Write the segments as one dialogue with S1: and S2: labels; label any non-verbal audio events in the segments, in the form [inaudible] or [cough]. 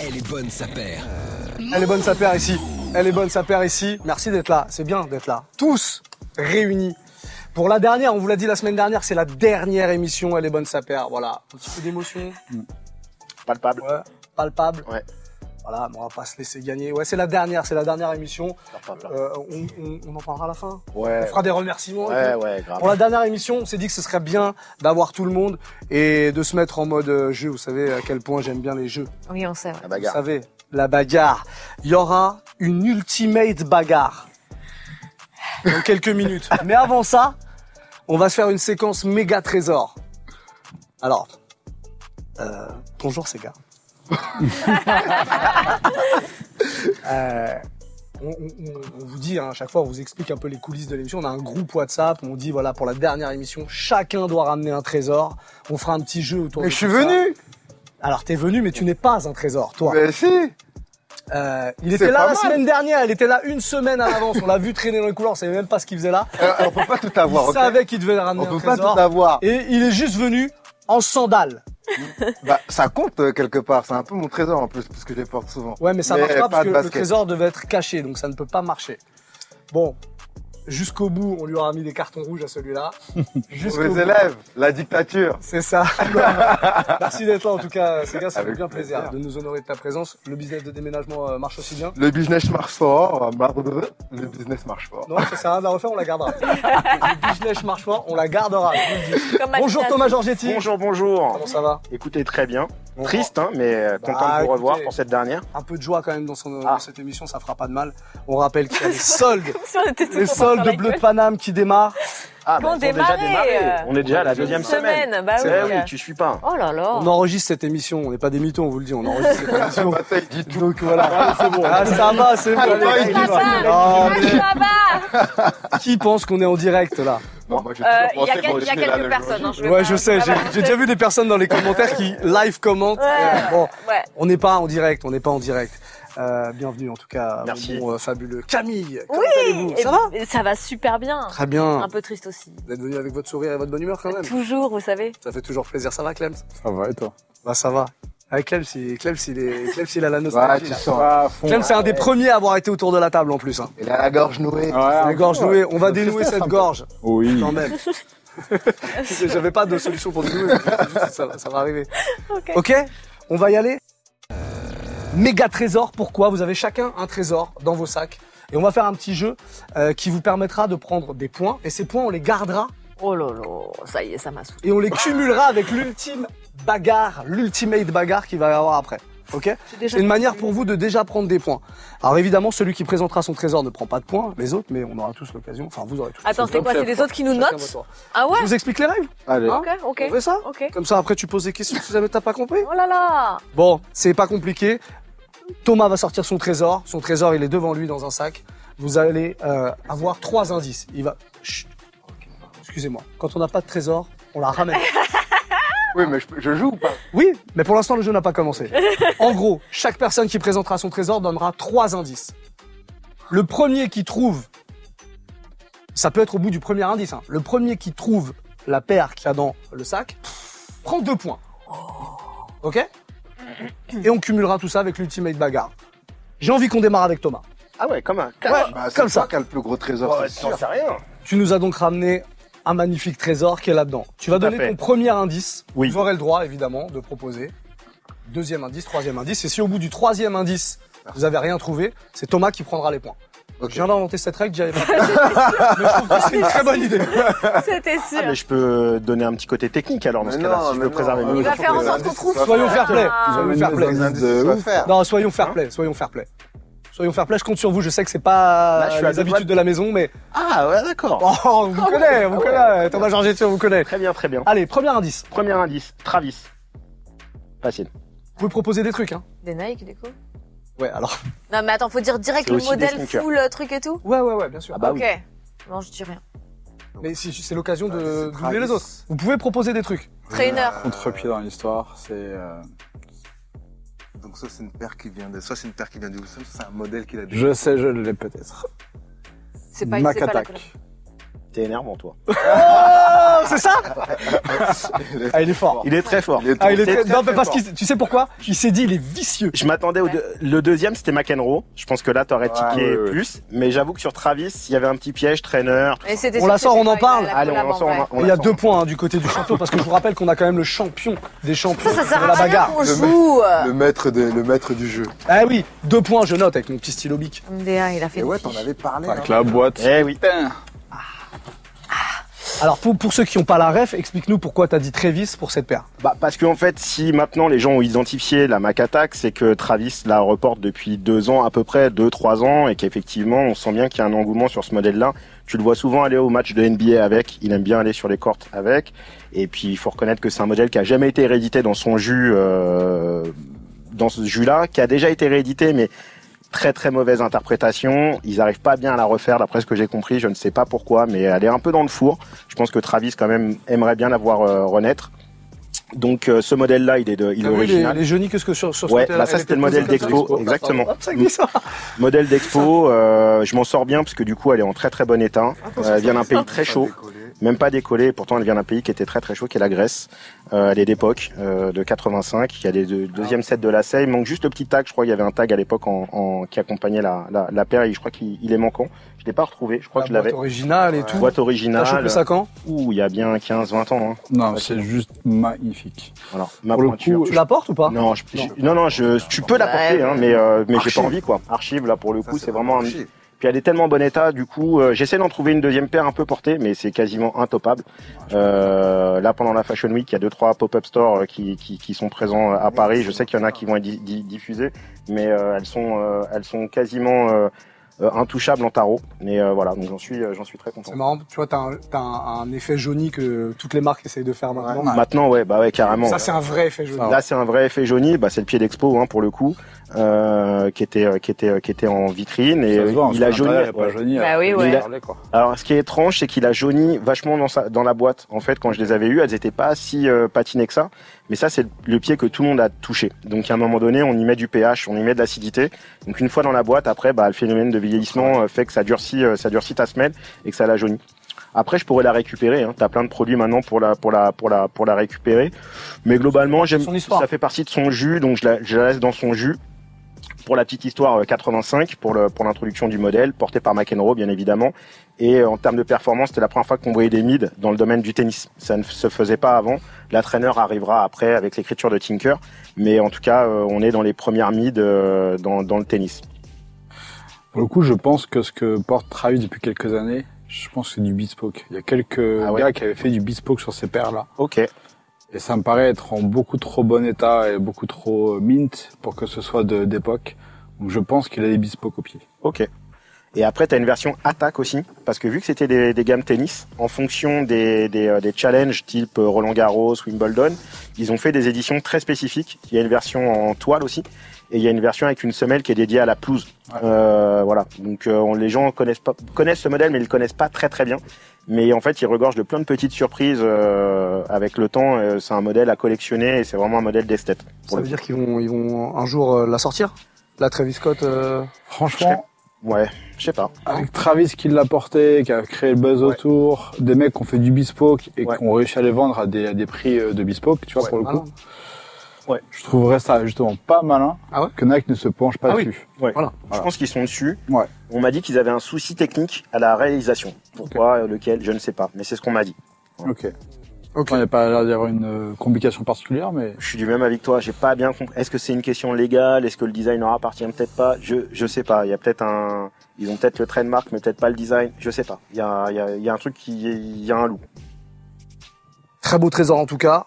S1: Elle est bonne, sa paire.
S2: Elle est bonne sa paire ici. Elle est bonne sa paire ici. Merci d'être là. C'est bien d'être là. Tous réunis. Pour la dernière, on vous l'a dit la semaine dernière, c'est la dernière émission Elle est bonne sa paire. Voilà. Un petit peu d'émotion.
S3: Palpable.
S2: Ouais. Palpable.
S3: Ouais.
S2: Voilà, mais on va pas se laisser gagner. Ouais, c'est la dernière, c'est la dernière émission.
S3: Palpable.
S2: Euh, on, on- on en parlera à la fin. On
S3: Ouais.
S2: fera des remerciements. et
S3: Ouais,
S2: tout.
S3: ouais, grave.
S2: Pour la dernière émission, on s'est dit que ce serait bien d'avoir tout le monde et de se mettre en mode euh, jeu. Vous savez à quel point j'aime bien les jeux.
S4: Oui, on sait. ouais.
S3: La
S2: Vous
S3: bagarre.
S2: savez, la bagarre. Il y aura une ultimate bagarre dans quelques [laughs] minutes. Mais avant ça, on va se faire une séquence méga trésor. Alors, euh, bonjour
S5: [laughs]
S2: ces gars. Euh, on, on- on vous dit hein, à chaque fois, on vous explique un peu les coulisses de l'émission. On a un groupe WhatsApp, on dit voilà pour la dernière émission, chacun doit ramener un trésor. On fera un petit jeu autour.
S5: Mais
S2: de
S5: je suis
S2: tout ça.
S5: venu
S2: Alors t'es venu, mais tu n'es pas un trésor, toi.
S5: Mais si
S2: Euh, il
S5: C'est
S2: était là
S5: pas
S2: la
S5: mal.
S2: semaine dernière, il était là une semaine à l'avance. On l'a vu traîner dans les couloirs, on savait même pas ce qu'il faisait là.
S5: Euh, On peut pas tout
S2: Il
S5: avoir, ok
S2: savait qu'il devait ramener
S5: On
S2: un
S5: peut pas
S2: trésor.
S5: tout avoir.
S2: Et il est juste venu en sandales.
S5: Bah, ça compte euh, quelque part, c'est un peu mon trésor en plus, parce que je les porte souvent.
S2: Ouais, mais ça
S5: Mais
S2: marche pas
S5: pas
S2: parce
S5: de
S2: que le
S5: basket.
S2: trésor devait être caché, donc ça ne peut pas marcher. Bon, jusqu'au bout, on lui aura mis des cartons rouges à
S5: [laughs]
S2: celui-là. Jusqu'au bout.
S5: Mauvais élèves, la dictature.
S2: C'est
S5: [laughs]
S2: ça. Merci d'être là en tout cas, ces gars, ça fait
S5: Avec
S2: bien plaisir,
S5: plaisir.
S2: de nous honorer de ta présence. Le business de déménagement euh, marche aussi bien.
S5: Le business marche fort, euh, le business marche fort.
S2: Non, ça sert à rien de la refaire, on la
S5: [laughs]
S2: gardera. Le business marche fort, on la gardera. je vous le dis.
S4: Comme ma
S2: Bonjour
S4: classe.
S2: Thomas Georgetti.
S3: Bonjour, bonjour.
S2: Comment ça va
S3: Écoutez, très bien.
S2: Bon,
S3: Triste, hein, mais euh,
S2: Bah,
S3: content de vous revoir
S2: écoutez.
S3: pour cette dernière.
S2: Un peu de joie quand même dans, son-
S3: Ah.
S2: dans cette émission, ça fera pas de mal. On rappelle qu'il y a les
S4: [laughs]
S2: soldes,
S4: Si [laughs] on était tous
S2: les
S4: contents
S2: soldes
S4: dans la
S2: de Bleu de
S4: gueule.
S2: Paname qui démarrent.
S3: Ah,
S4: Bon,
S3: mais elles ont déjà
S4: démarré,
S3: démarré.
S4: euh.
S3: On est déjà à la
S2: Une
S3: deuxième
S4: semaine,
S3: semaine.
S4: bah
S3: C'est-
S4: oui.
S3: eh oui, tu suis pas.
S4: Oh là là.
S2: On enregistre cette émission, on n'est pas des mythos, on vous le dit, on
S4: [laughs]
S2: enregistre cette émission.
S5: Bataille du tout.
S2: Donc voilà.
S3: C'est bon.
S2: Ah ça va, c'est bon.
S5: Allez,
S2: allez, allez. Ah, mais qui pense qu'on est en direct là
S5: Non, moi, j'ai
S4: Euh,
S5: toujours
S4: Il y a
S5: pensé
S4: quel-
S5: qu'on
S4: il y a
S5: était là
S4: quelques
S5: le
S4: personnes.
S5: jour
S4: hein,
S5: J.
S4: vais
S2: Ouais,
S4: pas-
S2: je sais,
S4: vais
S2: j'ai
S4: pas
S2: j'ai déjà vu des personnes dans les commentaires qui live commentent. Euh,
S4: Ouais.
S2: Bon,
S4: Ouais.
S2: on n'est pas en direct, on n'est pas en direct. Euh, bienvenue en tout cas, mon
S3: Merci.
S2: bon, euh, fabuleux Camille. Comment
S4: Oui,
S2: allez-vous
S4: Et-
S2: Ça va
S4: et Ça va super bien.
S2: Très bien.
S4: Un peu triste aussi.
S2: Vous êtes venu avec votre sourire et votre bonne humeur quand même.
S4: Toujours, vous savez.
S2: Ça fait toujours plaisir. Ça va, Clems
S6: Ça va et toi
S2: Bah ça va. Avec Clems, il, Clems, il, est, Clems, il a la
S5: Ouais,
S2: nostalgie.
S5: tu
S2: là.
S5: sens.
S2: Clems, c'est un des premiers à avoir été autour de la table en plus. Hein.
S5: Il a la gorge nouée.
S2: La gorge nouée. On va dénouer cette [laughs] gorge
S6: Oui.
S2: quand [laughs] même. J'avais pas de solution pour dénouer. Juste, Ça, ça va arriver.
S4: Ok.
S2: Ok, on va y aller. Méga trésor, pourquoi Vous avez chacun un trésor dans vos sacs. Et on va faire un petit jeu euh, qui vous permettra de prendre des points. Et ces points, on les gardera
S4: Oh là là. Ça y est, ça m'a saoulé.
S2: et on les cumulera avec l'ultime bagarre, l'ultimate bagarre qu'il va y avoir après. Ok C'est une manière pour vous de déjà prendre des points. Alors évidemment, celui qui présentera son trésor ne prend pas de points, les autres, mais on aura tous l'occasion. Enfin, vous aurez tous.
S4: Attends, c'est quoi C'est des autres qui nous
S2: Chacun votre
S4: notent
S2: tour.
S4: Ah ouais
S2: Je vous explique les règles.
S6: Allez.
S4: Ok, ok.
S2: On fait ça
S4: Ok.
S2: Comme ça, après, tu poses des questions si jamais t'as pas compris.
S4: Oh
S2: [laughs]
S4: là là.
S2: Bon, c'est pas compliqué. Thomas va sortir son trésor. Son trésor, il est devant lui dans un sac. Vous allez euh, avoir trois indices. Il va. Chut. Excusez-moi. Quand on n'a pas de trésor, on la ramène.
S5: Oui, mais je, je joue ou pas
S2: Oui, mais pour l'instant, le jeu n'a pas commencé. En gros, chaque personne qui présentera son trésor donnera trois indices. Le premier qui trouve, ça peut être au bout du premier indice, hein. le premier qui trouve la paire qu'il y a dans le sac, prend deux points. Ok Et on cumulera tout ça avec l'ultimate bagarre. J'ai envie qu'on démarre avec Thomas.
S3: Ah ouais, comme un.
S5: Bah, c'est
S2: comme ça.
S5: toi qui a le plus gros trésor.
S3: Oh,
S5: c'est
S3: J'en
S5: sûr.
S3: sais rien.
S2: Tu nous as donc ramené un magnifique trésor qui est là-dedans. Tu vas
S3: Tout à
S2: donner
S3: fait.
S2: ton premier indice.
S3: Oui.
S2: Vous aurez le droit, évidemment, de proposer. Deuxième indice, troisième indice. Et si au bout du troisième indice, vous avez rien trouvé, c'est Thomas qui prendra les points.
S5: Ok.
S2: Je viens d'inventer cette règle, j'y avais pas [laughs] pensé. Mais je trouve que c'est une très bonne idée.
S4: C'était sûr.
S3: Ah, mais je peux donner un petit côté technique alors dans
S5: Mais
S3: ce cas-là,
S5: non,
S3: si je
S5: mais
S3: veux
S5: non.
S3: préserver
S5: Il
S3: mes
S4: Il va
S5: faut
S4: faire
S5: que
S4: en
S5: les
S4: sorte qu'on
S5: indices
S4: trouve.
S5: soient
S2: Soyons fair play.
S4: Ah.
S2: Soyons
S6: Ils
S2: fair
S6: amènent
S2: play.
S6: les
S5: Les indices,
S6: De
S5: tu vas
S6: ouf.
S5: faire.
S2: Non, soyons
S3: Hein
S2: fair play, soyons fair play. Soyons fair play, je compte sur vous, je sais que c'est pas
S3: Là, Bah, je suis à
S2: les
S3: deux
S2: habitudes
S3: doigts.
S2: de la maison, mais... [laughs]
S3: Ah ouais, d'accord.
S2: Oh, on vous connaît, on vous connaît, Thomas Georgetti, on vous connaît.
S3: Très bien, très bien.
S2: Allez, premier indice.
S3: Premier indice, Travis. Facile.
S2: Vous pouvez proposer des trucs, hein.
S4: Des Nike, des quoi
S2: Ouais, alors...
S4: Non, mais attends, faut dire direct
S3: C'est
S4: le
S3: aussi des
S4: modèle
S3: sneakers.
S4: full euh, truc et tout.
S2: Ouais, ouais, ouais, bien sûr.
S3: Ah bah oui.
S4: ok. Non, je dis rien.
S2: Mais si, c'est l'occasion
S5: Ouais,
S2: de
S5: c'est
S3: Ah,
S2: doubler les
S5: Travis.
S2: autres. Vous pouvez proposer des trucs.
S4: Trainer.
S5: Euh,
S6: Contre-pied dans l'histoire, c'est. euh,
S5: Donc soit c'est une paire qui vient de, soit c'est une paire qui vient de Wilson, [laughs] soit c'est un modèle qu'il a déjà.
S6: Je sais, je l'ai peut-être.
S4: C'est pas, c'est pas la
S6: Mac
S4: couleur.
S6: Attack.
S3: T'es énervant, toi.
S2: Oh, [laughs] c'est ça Ah, il est fort.
S3: Il est très fort.
S5: Il est
S2: Ah, il est
S3: Très,
S2: très-
S3: très
S2: Non, mais parce
S3: fort.
S2: qu'il, tu sais pourquoi Il s'est dit, il est vicieux.
S3: Je m'attendais au deux- le deuxième, c'était McEnroe. Je pense que là, t'aurais
S5: Ouais,
S3: tiqué
S5: ouais, ouais.
S3: plus. Mais j'avoue que sur Travis, il y avait un petit piège, traîneur.
S4: Et c'était
S2: On la
S4: sûr
S2: sort,
S4: que c'était
S2: on en
S4: pas
S2: parle.
S4: la
S3: Allez, on
S4: collab,
S3: en sort,
S4: en
S3: on
S4: vrai.
S3: en- on
S2: Et il y a
S3: la sort.
S2: deux points hein, du côté du champion, parce que je vous rappelle qu'on a quand même le champion des champions
S4: Ça, ça sert
S2: de
S4: à
S2: la
S4: rien
S2: bagarre.
S4: qu'on
S5: Le
S4: joue. euh.
S5: Le maître, de- le maître du jeu.
S2: Ah oui, deux points, je note avec mon petit stylo bic.
S4: MDR, il a fait
S5: Et
S4: une
S5: ouais,
S4: fiche.
S5: t'en avais parlé.
S6: Avec
S5: hein.
S6: la boîte.
S3: Eh oui.
S6: Putain.
S2: Alors pour, pour ceux qui n'ont pas la ref, explique-nous pourquoi t'as dit Travis pour cette paire.
S3: Bah, parce qu'en fait, si maintenant les gens ont identifié la Mac Attack, c'est que Travis la reporte depuis deux ans à peu près, deux, trois ans, et qu'effectivement, on sent bien qu'il y a un engouement sur ce modèle-là. Tu le vois souvent aller au match de NBA avec, il aime bien aller sur les courts avec, et puis il faut reconnaître que c'est un modèle qui a jamais été réédité dans son jus, euh, dans ce jus-là, qui a déjà été réédité, mais très très mauvaise interprétation. Ils n'arrivent pas bien à la refaire, d'après ce que j'ai compris, je ne sais pas pourquoi, mais elle est un peu dans le four. Je pense que Travis quand même aimerait bien la voir euh, renaître. Donc euh, ce modèle-là, il est, de, il est
S2: T'as vu
S3: original.
S2: Ah Les, les jeunis, qu'est-ce que sur, sur ce
S3: Ouais,
S2: côté-là,
S3: bah ça
S2: elle
S3: c'était
S2: était
S3: le modèle
S2: posée comme ça.
S3: d'expo, exactement.
S2: Hop, ça glisse.
S3: Modèle d'expo, euh, je m'en sors bien parce que du coup elle est en très très bon
S2: Ah,
S3: état.
S5: Ah,
S3: Euh, elle vient d'un pays très chaud, même pas décollé, et pourtant elle vient d'un pays qui était très très chaud, qui est la Grèce. Euh, elle est d'époque, euh, de 85, il y a les deux, deuxième set de la série, il manque juste le petit tag, je crois qu'il y avait un tag à l'époque en, en- qui accompagnait la, la, la paire et je crois qu'il il est manquant. Je l'ai pas retrouvé, je crois
S2: La
S3: que je l'avais.
S2: boîte originale et
S5: Ouais.
S2: tout.
S3: Boîte
S2: T'as chopé
S3: originale,
S2: ça quand
S3: ouh, il y a bien 15-20 ans. Hein.
S6: Non, c'est juste magnifique.
S3: Voilà, ma
S6: Pour le
S3: pointure.
S6: coup,
S2: Tu la portes ou pas
S3: Non, je- j'ai- non, non, je, tu peux la porter,
S4: Ouais.
S3: hein, mais, euh, mais j'ai pas
S5: Archive.
S3: envie, quoi. Archive, là, pour le
S5: Ça,
S3: coup, c'est vraiment. un-
S5: archi.
S3: Puis elle est tellement en bon état, du coup, euh, j'essaie d'en trouver une deuxième paire un peu portée, mais c'est quasiment intopable. Euh, là, pendant la Fashion Week, il y a deux trois pop-up stores euh, qui, qui, qui sont présents euh, à Paris. Je sais qu'il y en a qui vont être di- di- diffusés, mais euh, elles sont euh, elles sont quasiment euh, euh, intouchables en tarot. Mais euh, voilà, donc j'en suis euh, j'en suis très content.
S2: C'est marrant, tu vois, t'as un, t'as un, un effet jauni que toutes les marques essayent de faire maintenant.
S3: Maintenant, ouais, bah ouais, carrément.
S2: Ça, c'est un vrai effet jauni.
S3: Là, c'est un vrai effet jauni. Bah, c'est le pied d'expo hein, pour le coup, euh, qui était, euh, qui était, euh, qui était en vitrine et
S6: Ça se
S3: euh,
S6: voit, hein,
S3: il a jauni.
S6: Il a
S3: Ouais.
S6: pas
S5: euh,
S6: jauni.
S4: Bah oui,
S6: Il
S4: ouais.
S6: a parlé, quoi.
S3: Alors, ce qui est étrange, c'est qu'il a jauni vachement dans, sa, dans la boîte. En fait, quand je les avais eues, elles n'étaient pas si euh, patinées que ça. Mais ça, c'est le pied que tout le monde a touché. Donc, à un moment donné, on y met du pH, on y met de l'acidité. Donc, une fois dans la boîte, après, bah, le phénomène de vieillissement euh, fait que ça durcit, euh, ça durcit ta semelle et que ça la jaunit. Après, je pourrais la récupérer. Hein. T'as plein de produits maintenant pour la, pour la, pour la, pour la récupérer. Mais globalement, j'aime.
S2: Son histoire.
S3: Ça fait partie de son jus, donc je la, je la laisse dans son jus. Pour la petite histoire, euh, 85 pour le, pour l'introduction du modèle, porté par McEnroe, bien évidemment. Et euh, en termes de performance, c'était la première fois qu'on voyait des mids dans le domaine du tennis. Ça ne f- se faisait pas avant. La traîneur arrivera après avec l'écriture de Tinker. Mais en tout cas, euh, on est dans les premières mids euh, dans, dans le tennis.
S6: Pour le coup, je pense que ce que porte Travis depuis quelques années, je pense que c'est du bespoke. Il y a quelques
S3: Ah ouais.
S6: gars qui avaient fait du bespoke sur ces paires-là.
S3: Ok.
S6: Et ça me paraît être en beaucoup trop bon état et beaucoup trop mint pour que ce soit de- d'époque. Donc je pense qu'il a des bespoke au pied.
S3: Ok. Et après, tu as une version attaque aussi, parce que vu que c'était des, des gammes tennis, en fonction des, des, euh, des challenges type euh, Roland Garros, Wimbledon, ils ont fait des éditions très spécifiques. Il y a une version en toile aussi, et il y a une version avec une semelle qui est dédiée à la pelouse.
S6: Ouais.
S3: Euh, voilà. Donc euh, on- les gens connaissent pas connaissent ce modèle, mais ils le connaissent pas très très bien. Mais en fait, il regorge de plein de petites surprises euh, avec le temps. Euh, c'est un modèle à collectionner et c'est vraiment un modèle d'esthète.
S2: Ça
S3: le
S2: veut dire qu'ils vont, ils vont un jour euh, la sortir La Travis Scott euh,
S6: Franchement,
S3: Ouais, je sais pas.
S6: avec Travis qui l'a porté, qui a créé le buzz
S3: Ouais.
S6: autour, des mecs qui ont fait du bespoke et
S3: Ouais.
S6: qui ont réussi à les vendre à des, à des prix euh, de bespoke, tu vois,
S3: Ouais,
S6: pour le
S2: malin.
S6: coup. Je trouverais ça justement pas malin
S2: Ah ouais
S6: que Nike ne se penche pas
S2: Ah oui.
S6: dessus.
S3: Je pense qu'ils sont dessus.
S6: Ouais.
S3: On m'a dit qu'ils avaient un souci technique à la réalisation. Pourquoi, euh, lequel, je ne sais pas. Mais c'est ce qu'on m'a dit.
S6: Ok.
S2: Ok.
S6: Il n'y a pas l'air d'y avoir une euh, complication particulière, mais
S3: Je suis du même avec toi. J'ai pas bien compris. Est-ce que c'est une question légale Est-ce que le design leur appartient Peut-être pas. Je je sais pas. Il y a peut-être un. Ils ont peut-être le trademark, mais peut-être pas le design. Je sais pas. Il y a il y a, il y a un truc qui il y a un loup.
S2: Très beau trésor en tout cas.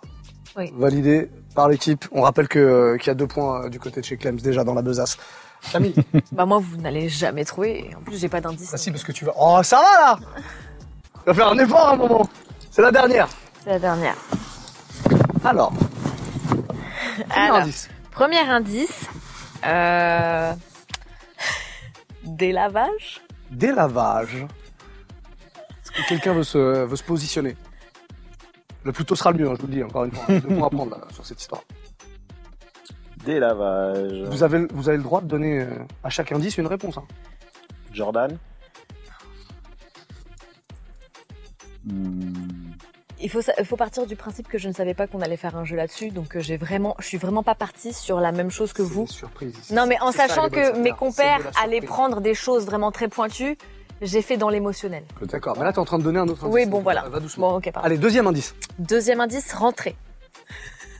S4: Oui.
S2: Validé par l'équipe. On rappelle que, euh, qu'il y a deux points euh, du côté de chez Clems déjà dans la besace. [laughs] Camille
S4: Bah moi, vous n'allez jamais trouver. En plus, j'ai pas d'indice.
S2: Bah si, parce que tu vas. Oh, ça va là Tu vas faire un effort à un moment. C'est la dernière.
S4: C'est la dernière.
S2: Alors, premier
S4: Alors,
S2: indice.
S4: premier indice. Euh... Des lavages
S2: Des lavages. Est-ce que quelqu'un veut se, veut se positionner Le plus tôt sera le mieux, hein, je vous le dis encore une fois. Deux points à prendre là, sur cette histoire.
S3: Des lavages.
S2: Vous avez, vous avez le droit de donner euh, à chaque indice une réponse. hein.
S3: Jordan.
S6: Hmm.
S4: Il faut, sa- il faut partir du principe que je ne savais pas qu'on allait faire un jeu là-dessus, donc euh, j'ai vraiment, je suis vraiment pas partie sur la même chose que
S2: C'est
S4: vous.
S2: des surprises.
S4: Non, mais en
S2: C'est ça,
S4: sachant
S2: les bonnes
S4: que mes
S2: affaires, c'est de la
S4: compères allaient
S2: surprise.
S4: prendre des choses vraiment très pointues, j'ai fait dans l'émotionnel.
S2: D'accord, mais là, t'es en train de donner un autre indice. Euh,
S4: Oui, bon, voilà.
S2: Va doucement.
S4: Bon, ok, pardon.
S2: Allez, deuxième indice.
S4: Deuxième indice, rentrée.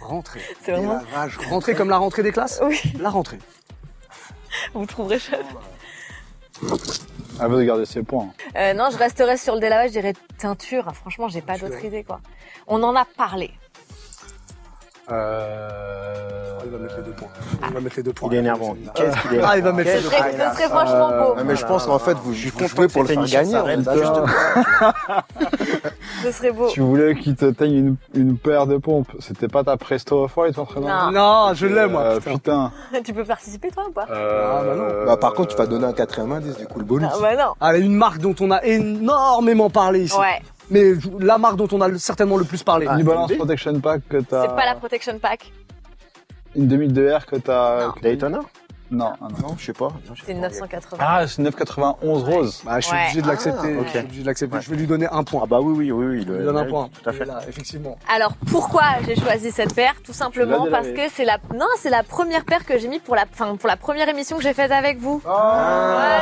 S2: Rentrée.
S4: C'est
S5: Ah,
S4: vraiment.
S2: Rentrée comme la rentrée des classes
S4: Oui,
S2: La rentrée.
S4: vous trouverez ça.
S6: Elle veut garder ses points.
S4: Euh, non, je resterai sur le délavage, je dirais teinture. Franchement, j'ai pas
S2: Teinture.
S4: d'autre idée, quoi. On en a parlé.
S6: Euh...
S2: Ah, Il va mettre les deux points.
S4: Ah.
S2: Il va mettre les deux points.
S3: Il est énervant. Qu'est-ce qu'il est
S2: Ah, il va
S6: Eh,
S2: mettre les
S4: Ce
S2: deux
S4: serait,
S2: points.
S5: Ah,
S4: ce
S5: là,
S4: serait
S5: ça,
S4: franchement
S6: euh,
S4: beau.
S5: Non, mais je pense qu'en fait, vous, vous
S3: content
S5: jouez
S3: que
S5: pour le
S3: cette
S5: faire
S3: émission
S5: gagner.
S3: s'arrête
S5: on est
S3: juste
S5: d'accord.
S4: Ce serait beau.
S6: Tu voulais qu'il te teigne une, une paire de pompes. C'était pas ta Presto Foy, ton prénom
S4: Non.
S2: Ah. Non, je l'aime, moi.
S6: Euh,
S2: putain.
S6: putain.
S4: [laughs] tu peux participer, toi, ou pas
S6: Euh,
S2: Ah, bah non.
S5: Bah, par contre, tu vas donner un quatrième indice, du coup, le bonus.
S4: Ah, bah non.
S2: Allez, une marque dont on a énormément parlé ici.
S4: Ouais,
S2: Mais la marque dont on a certainement le plus parlé.
S6: Une balance
S3: NB?
S6: protection pack que
S4: c'est
S6: t'as.
S4: pas la protection pack.
S6: Une 2002R que t'as.
S2: Ah,
S4: Non.
S6: que-
S3: Daytona
S6: Non, ah non.
S5: Non, je sais pas. Non, je sais
S4: C'est
S5: pas.
S4: 980.
S6: Ah, c'est 991 rose.
S2: Bah, je suis
S4: Ouais.
S2: obligé de l'accepter.
S4: Ah,
S2: Je suis
S4: ok.
S2: obligé de l'accepter. Je vais lui donner un point.
S3: Ah bah oui, oui, oui, oui.
S2: Je
S3: le-
S2: lui donne un
S3: oui,
S2: point.
S3: Tout à fait.
S2: Et là, effectivement.
S4: Alors pourquoi j'ai choisi cette paire Tout simplement
S6: délavée.
S4: parce que c'est la non, c'est la première paire que j'ai mis pour la enfin, pour la première émission que j'ai faite avec vous.
S6: Oh,
S4: Voilà,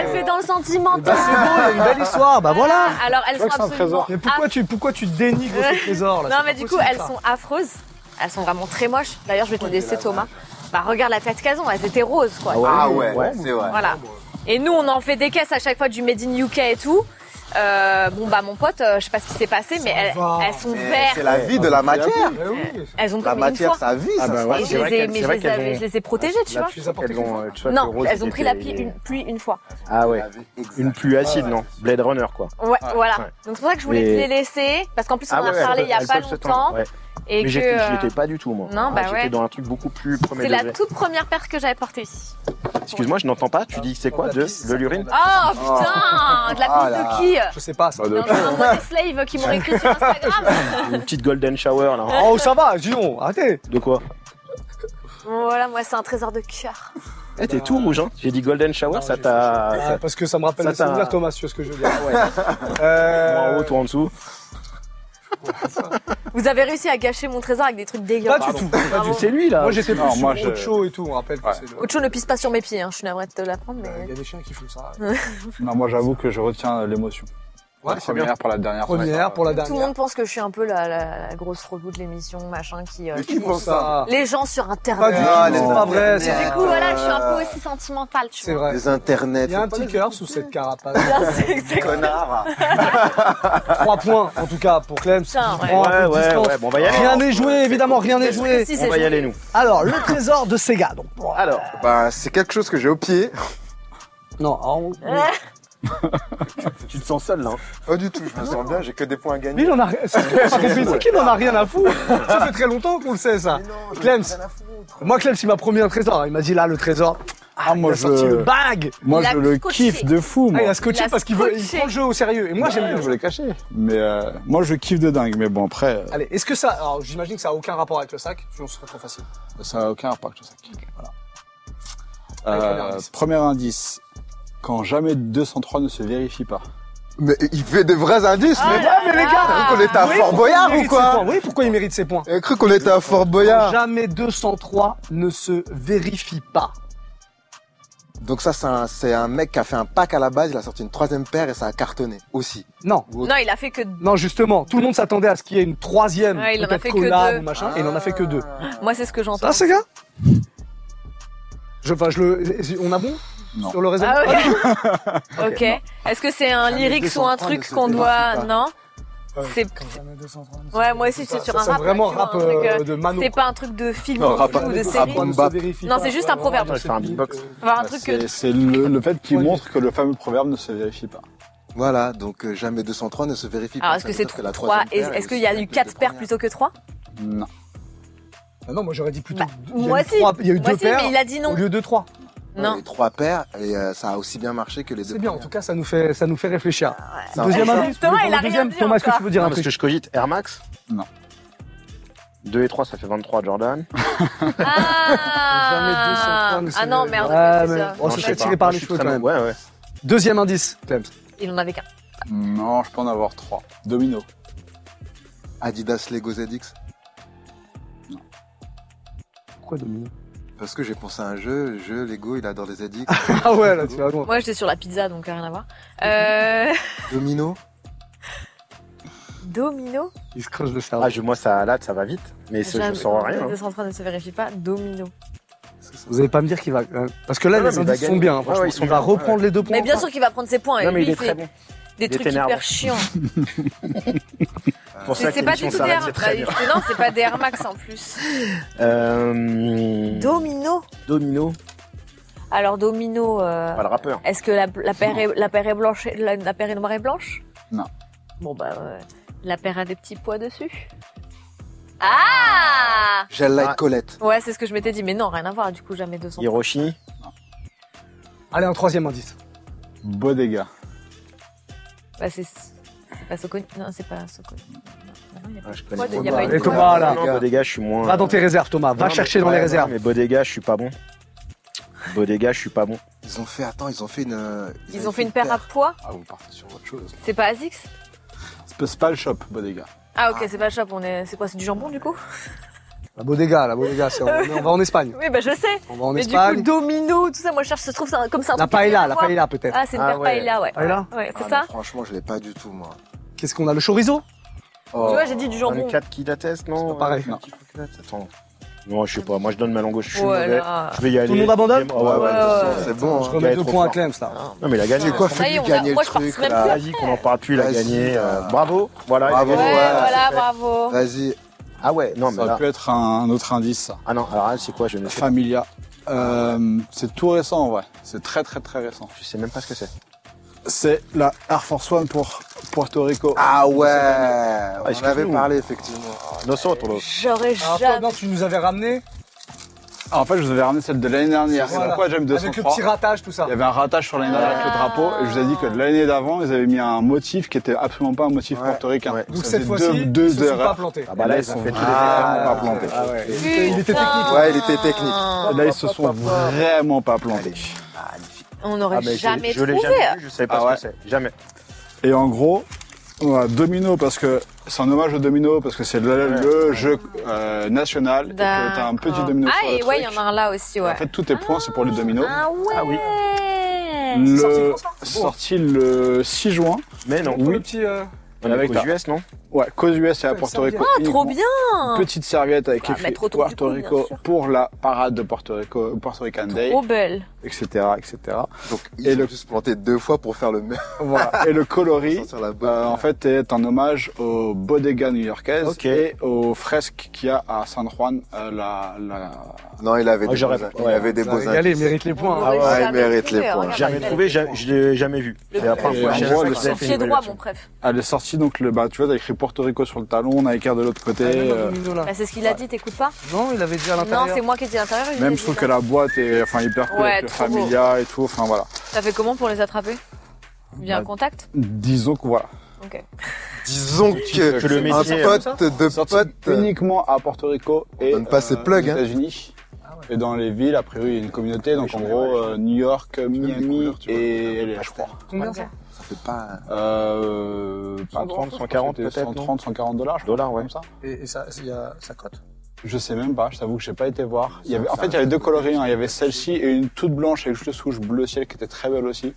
S4: elle fait dans
S6: Eh ben,
S2: Bah,
S4: le
S2: c'est
S4: sentimental.
S2: bon, il y a une belle histoire. Bah voilà.
S4: Alors elles
S6: Je crois
S4: sont
S6: que c'est un
S4: absolument
S6: trésor.
S2: Mais pourquoi tu, pourquoi tu
S4: [laughs]
S2: dénigres ce
S3: Oh,
S2: trésor là
S4: Ah. Non
S2: C'est
S4: mais
S2: pas
S4: du coup
S2: possible,
S4: elles
S2: ça.
S4: sont affreuses. Elles sont vraiment très moches. D'ailleurs je vais te les laisser Thomas. Bah regarde la tête qu'elles ont, elles étaient roses quoi.
S5: Ah ouais, c'est vrai.
S4: Voilà. Et nous on en fait des caisses à chaque fois du Made in UK et tout. Euh, bon bah mon pote, euh, je sais pas ce qui s'est passé, mais elles,
S2: va.
S4: elles sont
S5: Mais C'est
S4: vertes.
S5: la vie de la matière.
S2: Eh oui.
S4: Elles ont
S5: La
S4: comme
S5: matière,
S4: une fois.
S5: sa vie,
S6: Ah
S5: ça.
S6: bah
S5: se
S6: ouais.
S4: Mais
S5: passe.
S4: je les ai- mais je les avais- je les ai protégées, tu vois.
S2: Tu les as portés
S3: Elles ont, euh, tu vois, que
S4: Non,
S3: Rose,
S4: elles ont
S3: il
S4: pris la
S3: était-
S4: pluie une, pluie une fois.
S3: Ah ouais. Une pluie acide,
S6: Ah ouais.
S3: non Blade Runner, quoi.
S4: Ouais, voilà.
S3: Ah, ouais.
S4: Donc c'est pour ça que je voulais
S3: Mais-
S4: te les laisser, parce qu'en plus on
S3: Ah
S4: en a
S3: ouais,
S4: parlé il y a
S3: elles
S4: pas
S3: peuvent se tendre,
S4: longtemps.
S3: ouais.
S4: Et
S3: Mais
S4: que
S3: j'étais, j'y
S4: euh,
S3: étais pas du tout, moi.
S4: non, bah
S3: J'étais
S4: ouais.
S3: dans un truc beaucoup plus premier
S4: c'est la
S3: degré.
S4: toute première paire que j'avais portée ici.
S3: Excuse-moi, je n'entends pas. Tu dis que c'est quoi, de de l'urine
S4: Oh putain, de la
S5: Ah
S4: piste
S5: là.
S4: de qui
S2: Je sais pas.
S4: [laughs]
S2: ça.
S6: Bah, de-
S4: Non, non, moi, des slaves qui m'ont écrit sur Instagram.
S3: Une petite golden shower, là.
S2: Oh, ça va, Dion, arrêtez.
S3: De quoi
S4: [laughs] voilà, moi c'est un trésor de cœur.
S3: Eh, t'es tout rouge, hein J'ai dit golden shower,
S2: Non,
S3: ça
S2: je-
S3: t'a...
S2: Ah, parce que ça me rappelle
S3: ça
S2: les souvenirs,
S3: t'a-
S2: Thomas, sur ce que je veux dire.
S3: Toi en
S2: Euh,
S3: haut, toi en dessous.
S4: Vous avez réussi à gâcher mon trésor avec des trucs dégueux.
S2: Pas du tout. pas du
S4: Bravo.
S2: tout.
S3: C'est lui, là
S2: Moi, j'étais
S6: Non,
S2: plus
S6: moi,
S2: sur
S6: je-
S2: Ocho et tout, on rappelle
S6: Ouais.
S2: que c'est le...
S4: Autre chose, ne pisse pas sur mes pieds, hein. je suis navrée de te l'apprendre,
S2: Il
S4: mais.
S2: y a des chiens qui font ça.
S6: Non, moi j'avoue que je retiens l'émotion.
S2: Ouais,
S6: la
S2: c'est bien.
S6: première pour la dernière.
S2: Première pour la
S4: Tout le monde
S2: dernière.
S4: pense que je suis un peu la, la- la grosse relou de l'émission, machin, qui. euh,
S5: Mais
S2: Qui pense ça
S4: Les gens sur
S2: Pas du
S4: internet.
S2: tout,
S5: Ah, les
S2: c'est pas vrai.
S5: internets.
S2: ça.
S4: Du coup, voilà, je suis un peu aussi sentimentale, tu
S2: C'est
S4: vois.
S2: vrai.
S5: Les internets.
S2: Il y a un
S5: faut
S2: petit
S5: pas
S2: cœur sous cette carapace.
S4: Ah, C'est
S5: [laughs]
S4: exact-
S5: Connard.
S2: Trois points, en tout cas, pour Clem.
S4: Putain,
S2: Il
S4: ouais.
S2: prend un
S3: Ouais,
S2: peu de
S3: ouais,
S2: distance.
S3: ouais, bon, on va y aller.
S2: Rien n'est joué, évidemment, rien n'est joué.
S4: Si,
S3: On
S4: c'est
S3: va y
S4: joli.
S3: aller, nous.
S2: Alors, le trésor de Sega, donc.
S3: Alors,
S5: Bah, c'est quelque chose que j'ai au pied.
S2: Non, ah, en-
S3: tu te sens seul, là. hein.
S5: Pas du tout, je me sens bien, j'ai que des points à gagner.
S2: Lui, il en a rien. C'est qu'il en a rien à foutre. Ça fait très longtemps qu'on le sait, ça. Clems. Moi, Clems, il m'a promis un trésor. Il m'a dit là, le trésor.
S6: Ah, moi
S2: il a sorti le
S6: je.
S2: bag.
S6: Moi
S4: Il a
S6: je le
S4: scotché.
S6: kiffe de fou,
S2: Ah,
S6: moi.
S2: il a
S4: Il
S2: scotché
S4: a
S2: parce qu'il veut, il
S4: scotché.
S2: prend le jeu au sérieux. Et moi, j'aime bien.
S6: je voulais cacher. Mais euh, moi je kiffe de dingue, mais bon après,
S2: Allez, est-ce que ça. Alors, j'imagine que ça a aucun rapport avec le sac, sinon ce serait trop facile.
S6: ça a aucun impact tout ça. Voilà.
S2: Allez,
S6: Euh,
S2: premier indice.
S6: premier indice. Quand jamais 203 ne se vérifie pas.
S5: Mais il fait des vrais indices,
S4: Ah
S5: mais
S4: là
S5: ouais, mais les
S4: là.
S5: gars, t'as cru qu'on était à
S2: Oui,
S5: Fort
S2: pourquoi il
S5: Boyard ou
S2: mérite ses points
S5: quoi
S2: Oui, pourquoi il mérite ses points
S5: T'as cru qu'on était à Fort Boyard
S2: Jamais 203 ne se vérifie pas.
S5: Donc ça, c'est un, c'est un mec qui a fait un pack à la base, il a sorti une troisième paire et ça a cartonné aussi.
S2: Non.
S4: Non, il a fait que.
S2: Non, justement, tout le monde s'attendait à ce qu'il y ait une troisième,
S4: Ouais, il en a
S2: peut-être
S4: fait que
S2: collab
S4: deux. Ah.
S2: ou machin, et il en a fait que deux.
S4: Moi, c'est ce que j'entends.
S2: Ça, Sega je, enfin, je le, on a bon
S6: Non.
S2: sur le raisonnement.
S4: Ah, [laughs] ok. [laughs] ok. Est-ce que c'est
S2: Ah,
S4: un
S5: Jamais
S4: lyrics ou un
S5: 230
S4: truc
S5: ne se
S4: qu'on doit.
S5: vérifie pas.
S4: Non
S2: Ouais.
S4: C'est. Ouais, moi aussi, j'étais sur un
S2: C'est
S4: rap.
S2: vraiment
S4: tu vois,
S2: rap
S4: un truc,
S2: euh,
S4: euh,
S2: de
S3: Ah,
S2: Mano.
S4: C'est pas un truc de film
S6: Non, rap-
S4: ou de
S5: rap-
S4: série.
S5: rap-
S2: On se vérifie
S4: Non,
S2: pas.
S4: c'est juste un
S2: Ouais,
S4: proverbe.
S2: vraiment,
S3: Je vais faire un beatbox.
S4: Enfin, un
S6: Bah,
S4: truc que.
S6: c'est c'est le, le fait qu'il
S2: Ouais.
S6: montre que le fameux proverbe ne se vérifie pas.
S5: Voilà, donc euh, jamais 203 ne se vérifie pas.
S4: Alors, est-ce
S5: Ça
S4: que
S5: veut
S4: c'est
S5: dire la
S4: 3
S5: troisième paire est
S4: Est-ce qu'il y a
S5: aussi bien
S4: eu
S5: que les
S4: 4
S5: deux
S4: paires
S5: premières.
S4: plutôt que 3
S6: Non.
S2: Ah non, moi j'aurais dit plutôt.
S4: Bah,
S2: deux- il y a
S4: Moi
S2: eu
S4: aussi.
S2: trois- Il y a eu
S4: Moi
S2: deux
S4: aussi, mais
S2: paires
S4: il a dit
S2: au
S4: non.
S2: lieu de trois.
S5: Ouais,
S4: Non.
S5: les trois paires et euh, ça a aussi bien marché que les deux.
S2: C'est bien, en
S5: premières.
S2: tout cas, ça nous fait, ça nous fait réfléchir.
S5: Ça a
S2: Deuxième
S5: marché.
S2: indice.
S4: Thomas,
S2: vous voulez
S4: il a
S2: prendre le deuxième
S4: rien dit
S2: Thomas, est-ce que tu
S4: encore.
S2: veux dire
S3: Non,
S2: un
S3: parce
S2: truc
S3: que je cogite. Air Max
S6: Non.
S3: 2 et 3, ça fait 23, Jordan.
S2: Oh,
S3: [laughs]
S4: Ah
S2: Jamais 200
S4: Ah non,
S2: points,
S4: merde.
S2: Ah,
S4: c'est
S2: mais-
S4: ça.
S2: Oh,
S3: Non,
S2: se
S3: je
S2: fait
S3: sais
S2: tirer
S3: pas.
S2: par
S3: Moi,
S2: les
S3: je suis
S2: cheveux,
S3: très
S2: quand
S3: mal. Ouais, ouais.
S2: Deuxième indice, Clems.
S4: Il en avait qu'un.
S6: Non, je peux en avoir trois. Domino.
S5: Adidas Lego ZX.
S2: Pourquoi Domino
S5: Parce que j'ai pensé à un jeu, jeu Lego, il adore les ZX.
S2: Ah ouais, là, tu vas loin.
S4: Moi, j'étais sur la pizza, donc rien à voir.
S3: [laughs]
S4: Euh,
S5: [laughs] Domino.
S4: domino.
S2: Il se creuse le cerveau.
S3: Ah, je- moi, ça, là, ça va vite, mais ça, je
S4: Ah, J'avoue,
S3: sors rien. hein.
S4: 230 ne se vérifie pas. Domino.
S2: Vous allez pas me dire qu'il va. euh, Parce que là,
S3: Ouais,
S2: les
S3: mais il va
S2: indices sont
S3: gagner.
S2: bien, hein,
S3: Ouais,
S2: franchement.
S3: ouais, ils sont
S2: il va
S3: bien,
S2: reprendre les deux points.
S4: Mais bien sûr qu'il va prendre ses points.
S3: Non,
S4: et
S3: mais
S4: lui,
S3: il est
S4: il
S3: très
S4: fait
S3: bon.
S4: des
S3: Il est
S4: trucs
S3: énervant.
S4: hyper chiants.
S3: Pour
S4: C'est
S3: ça
S4: c'est
S3: que
S4: pas du
S3: l'émission
S4: tout des
S3: s'arrête,
S4: Air
S3: c'est
S4: bah,
S3: très bien.
S4: Non, c'est pas des Air Max en
S3: [laughs]
S4: plus.
S3: Euh,
S4: Domino.
S3: Domino.
S4: Alors, Domino. euh,
S3: Pas le rappeur.
S4: Est-ce que la, la, paire est, la paire est blanche, et- la, la paire est noire et blanche
S6: Non.
S4: Bon bah, euh, la paire a des petits pois dessus. Ah
S5: J'ai like
S3: Ah.
S5: Colette.
S4: Ouais, c'est ce que je m'étais dit, mais non, rien à voir, du coup, jamais 200.
S3: Hiroshi. Ah,
S2: Allez, un troisième indice.
S6: Bodega.
S4: Bah, c'est c'est pas Soconi. Non, c'est pas Soconi. Non, il y a pas-
S3: Ah, je
S4: Moi,
S3: connais
S4: il y a
S3: pas.
S4: pas
S2: Et
S4: une
S2: Thomas,
S4: couleur.
S2: là.
S3: Non, Bodega, je suis moins. Ah,
S2: Va dans tes réserves, Thomas. Va
S3: Non,
S2: chercher
S3: mais-
S2: dans les
S3: ouais,
S2: réserves.
S3: ouais, mais Bodega, je suis pas bon. Bodega, je suis pas bon.
S5: Ils ont fait, attends, ils ont fait une.
S4: Ils ont fait une paire à pois
S6: Ah, vous partez sur autre chose.
S4: C'est pas Azix
S6: C'est pas- c'est pas le shop, Bodega.
S4: Ah, ok, c'est pas Shop, on est. C'est quoi C'est du jambon, du coup
S2: La Bodega, la Bodega,
S4: [laughs]
S2: c'est- on, on va en Espagne.
S4: Oui, bah, je sais
S2: On va en
S4: Mais du coup,
S2: Espagne.
S4: domino, tout ça, moi, je cherche, ça se trouve, c'est un- comme ça.
S2: La paella, la paella peut-être.
S4: Ah, c'est une
S3: Ah,
S4: paire
S3: ouais.
S4: paella, ouais.
S2: Paella
S4: Ouais, c'est
S5: Ah,
S4: ça
S5: non, Franchement, je l'ai pas du tout, moi.
S2: Qu'est-ce qu'on a Le chorizo
S5: Oh.
S4: Tu vois, j'ai dit du
S3: Dans
S4: jambon.
S3: les 4 qui l'attestent, non euh,
S2: C'est pas pareil.
S3: Non. Attends. Non, je sais pas. Moi, je donne ma langue gauche.
S4: Oh
S3: Je suis mauvais.
S4: Voilà.
S3: Je vais y aller.
S2: monde abandonne
S3: Ah ouais, ouais,
S4: Ouais,
S3: ouais.
S4: ouais.
S5: C'est bon.
S2: Je
S5: hein.
S3: Gars est
S2: remets deux
S3: trop
S2: points à
S3: fort.
S2: Clems, là.
S3: Non, mais il a gagné.
S5: C'est quoi,
S4: Ça y est,
S5: fais-lui
S4: on a-
S5: gagner
S4: moi,
S5: le
S4: je pense
S5: truc,
S4: même
S5: là.
S4: plus.
S3: Vas-y, qu'on en parle plus, il a
S5: Vas-y,
S3: gagné. euh,
S5: euh,
S3: Bravo. Voilà. il a
S5: bravo,
S4: Ouais,
S3: gagné.
S5: Ouais,
S4: voilà,
S3: c'est fait.
S4: bravo.
S5: Vas-y.
S3: Ah ouais, non, mais
S6: Ça
S3: là.
S6: peut être un, un autre indice, ça.
S3: Ah non, alors là, c'est quoi Je ne sais pas.
S6: Familia. Euh, c'est tout récent, en vrai. C'est très, très, très récent.
S3: Je sais même pas ce que c'est.
S6: C'est la Air Force One pour Puerto Rico.
S5: Ah ouais. On en
S3: excuse-nous.
S5: avait parlé, effectivement.
S3: Nosotros.
S4: J'aurais
S2: Alors, toi,
S4: jamais.
S2: non, tu nous avais ramené
S6: Ah, en fait, je vous avais ramené celle de l'année dernière. C'est
S2: Voilà.
S6: pourquoi j'aime
S2: avec le
S6: 203.
S2: petit Ah. ratage, tout ça.
S6: Il y avait un ratage sur l'année dernière avec le drapeau. Et je vous ai dit que de l'année d'avant, ils avaient mis un motif qui était absolument pas un motif
S5: Ouais.
S6: portoricain.
S3: Ouais.
S2: Donc
S6: Ça
S2: cette
S6: faisait
S2: fois-ci, ils
S6: deux,
S2: se
S6: deux
S2: sont pas
S6: erreurs.
S2: plantés.
S3: Ah bah là,
S6: Et
S3: ils ont
S6: sont
S3: fait tous les
S6: vraiment
S3: efforts
S6: pas
S3: pour pas
S6: plantés.
S3: planter.
S2: Ah ouais. Il
S4: Putain.
S2: était, il était technique.
S5: Ouais, il était technique.
S6: Là, ils se sont vraiment pas plantés.
S4: On
S3: Ah,
S4: n'aurait
S3: mais
S4: jamais
S3: je, je l'ai
S4: trouvé.
S3: jamais vu, je sais pas
S6: Ah
S3: ce
S6: ouais.
S3: que c'est. Jamais.
S6: Et en gros, on a Domino parce que c'est un hommage au Domino parce que c'est le, le jeu euh, national. Et que t'as un petit
S4: D'accord.
S6: domino
S4: Ah,
S6: sur le
S4: et ouais, il y
S6: truc.
S4: en a un là aussi,
S6: En
S4: ouais.
S6: fait, tous tes points, c'est pour les dominos.
S4: Ah ouais.
S3: Ah oui.
S6: le...
S2: sorti quand, ça C'est beau.
S6: sorti le 6 juin.
S3: Mais non.
S2: Pour
S6: Oui.
S2: le petit, euh,
S3: On est
S6: Avec
S3: aux
S6: la-
S3: US, non
S6: Ouais, cause US et à
S2: Ouais,
S6: Porto
S2: ça
S6: Rico.
S4: Ah,
S6: uniquement.
S4: Trop bien.
S6: Petite serviette avec
S4: Ah,
S6: écrit
S4: mettre autour du
S6: Puerto
S4: cou, bien
S6: Rico
S4: sûr.
S6: pour la parade de Puerto Rico, Puerto Rican Day,
S4: Trop belle.
S6: etc., etc.
S5: Donc,
S6: Et
S5: ils
S6: le-
S5: ont juste planté deux fois pour faire le même.
S6: Voilà. Et le coloris,
S5: sur la bonne.
S6: euh, en fait, est un hommage aux bodegas new-yorkaises
S3: Ok.
S6: et aux fresques qu'il y a à San Juan, euh, la, la,
S5: Non, il avait
S3: Oh,
S5: des
S3: j'aurais-
S5: beaux,
S3: ouais.
S5: il avait des
S2: vous
S5: beaux
S2: avez régalé, il mérite les points.
S4: On
S2: hein.
S4: l'aurait
S3: Ah ouais,
S4: jamais
S5: il mérite
S4: trouvé,
S5: les points.
S4: regarde,
S3: Jamais
S4: elle-
S3: trouvé, ja- je l'ai jamais vu.
S4: Le-
S3: C'est la première
S6: Et
S3: fois
S6: en
S3: que je
S6: gros,
S3: sais
S6: le
S3: que ça a fait
S4: Pied
S3: une
S4: droit,
S3: évaluation.
S4: mon préf.
S6: Elle est sortie, donc, le, bah, tu vois, t'as écrit Porto Rico sur le talon, on a écrit de l'autre côté.
S2: Ah, non,
S6: euh,
S2: non, Domino, là.
S4: Bah, c'est ce qu'il a dit, t'écoutes pas
S2: Non, il avait dit à
S4: Non,
S2: l'intérieur.
S4: c'est moi qui ai dit à l'intérieur. il
S6: même,
S4: l'a
S6: je trouve
S4: dit,
S6: que
S4: non.
S6: la boîte est, enfin, hyper cool
S4: Ouais,
S6: avec le
S4: trop beau.
S6: familia et tout, enfin, voilà.
S4: T'as fait comment pour les attraper Via un
S6: Bah,
S4: contact
S6: Disons que, voilà.
S4: Ok.
S5: Disons que,
S3: que le
S5: un
S3: métier,
S2: euh,
S5: pote de
S6: Sorti
S5: pote. euh,
S6: uniquement à Porto Rico et
S5: donne pas ses plugs,
S6: aux
S5: hein.
S6: États-Unis. Et dans les villes, a priori, il y a une communauté, donc en gros, euh, New York, Miami
S5: couleurs, tu vois.
S6: et LA, je crois.
S2: Combien ça
S5: Ça fait pas.
S6: Euh, pas
S3: 130,
S6: grand, je pense
S3: 140
S6: que c'était
S3: peut-être, non
S6: 130, 140 dollars, je crois,
S3: Dollars, ouais.
S6: comme ça.
S2: Et, et ça, il y a, ça cote
S6: Je sais même pas, je t'avoue que j'ai pas été voir. Il y avait, en fait, il y avait deux coloris, hein. il y avait celle-ci et une toute blanche avec juste le souche bleu ciel qui était très belle aussi.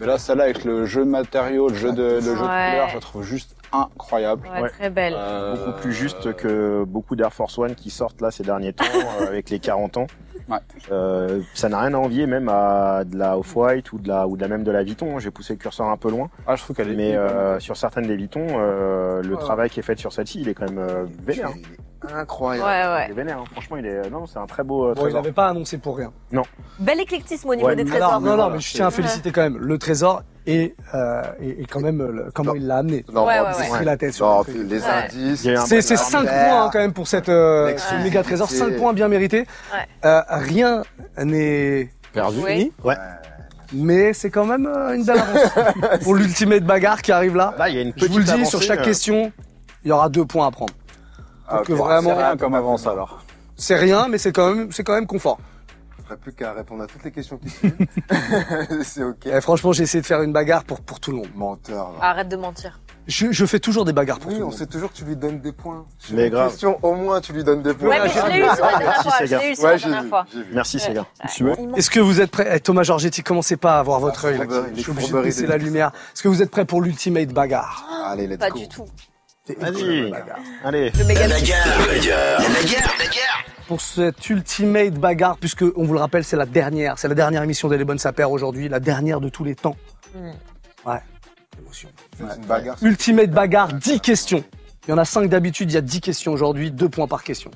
S6: Mais là, celle-là avec le jeu de matériaux, le jeu de, le jeu de
S4: Ouais.
S6: couleurs, je la trouve juste incroyable.
S4: Ouais,
S3: Ouais.
S4: très belle.
S6: Euh,
S3: Beaucoup plus juste que beaucoup d'Air Force One qui sortent là ces derniers [laughs] temps euh, avec les 40 ans.
S6: Ouais.
S3: Euh, ça n'a rien à envier même à de la Off-White ou de la ou de la même de la Vuitton. hein. J'ai poussé le curseur un peu loin,
S6: Ah, je trouve qu'elle est.
S3: mais
S6: hyper
S3: euh,
S6: belle.
S3: sur certaines des Vuitton, euh, le
S4: Oh.
S2: Ouais.
S3: travail qui est fait sur celle-ci, il est quand même euh, vénère. hein.
S5: Il est
S4: Ouais,
S5: Incroyable.
S3: Il
S4: ouais.
S3: est vénère. hein. Franchement, il est non, c'est un très beau euh,
S2: Bon, il
S3: trésor.
S2: n'avait pas annoncé pour rien.
S4: Bel éclectisme au niveau
S3: Ouais,
S4: des
S3: mais
S2: Alors,
S4: trésors.
S2: non, non,
S6: voilà,
S2: mais je
S6: c'est-
S2: tiens à féliciter quand même le trésor et, euh, et, et quand même euh, le- comment
S5: Non.
S2: il l'a amené.
S5: Non,
S4: Ouais,
S5: mais
S4: ouais,
S5: en
S2: Il
S5: plus,
S2: s'est
S4: ouais.
S2: pris la tête sur
S5: Non,
S2: le
S5: en
S2: truc.
S5: plus, les
S4: Ouais.
S5: indices.
S3: Il y a un
S2: C'est
S3: peu
S2: c'est
S3: de
S2: cinq
S5: l'arnaque.
S2: points hein, quand même pour cette euh,
S5: L'exclusivité.
S2: méga trésor. 5 points bien mérités.
S4: Ouais.
S2: Euh, rien n'est
S3: perdu.
S4: Ouais.
S2: fini.
S3: Ouais.
S2: Mais c'est quand même euh, une belle
S5: [laughs]
S2: avance pour l'ultimate bagarre qui arrive là.
S3: Là, il y a une
S2: Je
S3: petite
S2: vous le dis,
S3: avancée,
S2: sur chaque
S3: euh,
S2: question, il y aura deux points à prendre.
S5: Ah,
S2: Donc
S5: ok.
S2: vraiment,
S6: C'est rien comme avance alors.
S2: c'est rien, mais c'est quand même, c'est quand même confort.
S5: ferai plus qu'à répondre à toutes les questions qui suivent. c'est ok.
S2: Eh, franchement, j'ai essayé de faire une bagarre pour, pour tout le monde.
S5: Menteur. va.
S4: Arrête de mentir.
S2: Je, je fais toujours des bagarres pour
S5: Oui,
S2: tout le
S5: on
S2: monde.
S5: sait toujours que tu lui donnes des points. Sur
S3: Mais
S5: une
S3: grave.
S5: question, au moins, tu lui donnes des points.
S4: Ouais, mais je l'ai eu sur la dernière fois. Je l'ai eu sur la
S5: Ouais, j'ai
S4: dernière
S5: vu,
S4: fois.
S5: j'ai vu.
S3: Merci, Sega.
S6: Tu veux
S2: Est-ce que vous êtes prêts Eh, Thomas Giorgetti, commencez pas à avoir votre
S5: Ah,
S2: œil. là.
S5: fourberies,
S2: Je suis obligé
S5: les
S2: de
S5: fourberies
S2: baisser
S5: de
S2: la
S5: Nice.
S2: lumière. Est-ce que vous êtes prêts pour l'ultimate bagarre
S5: Allez, let's
S4: Ah, Pas
S5: go.
S4: du tout.
S3: Vas-y. Allez.
S4: Le méga
S2: Pour cette ultimate bagarre, puisque on vous le rappelle, c'est la dernière, c'est la dernière émission des Les Bonnes Sapères aujourd'hui, la dernière de tous les temps.
S4: Mm.
S2: Ouais, émotion.
S5: C'est une bagarre.
S2: Ultimate bagarre, 10 questions. Il y en a 5 d'habitude, il y a 10 questions aujourd'hui, 2 points par question.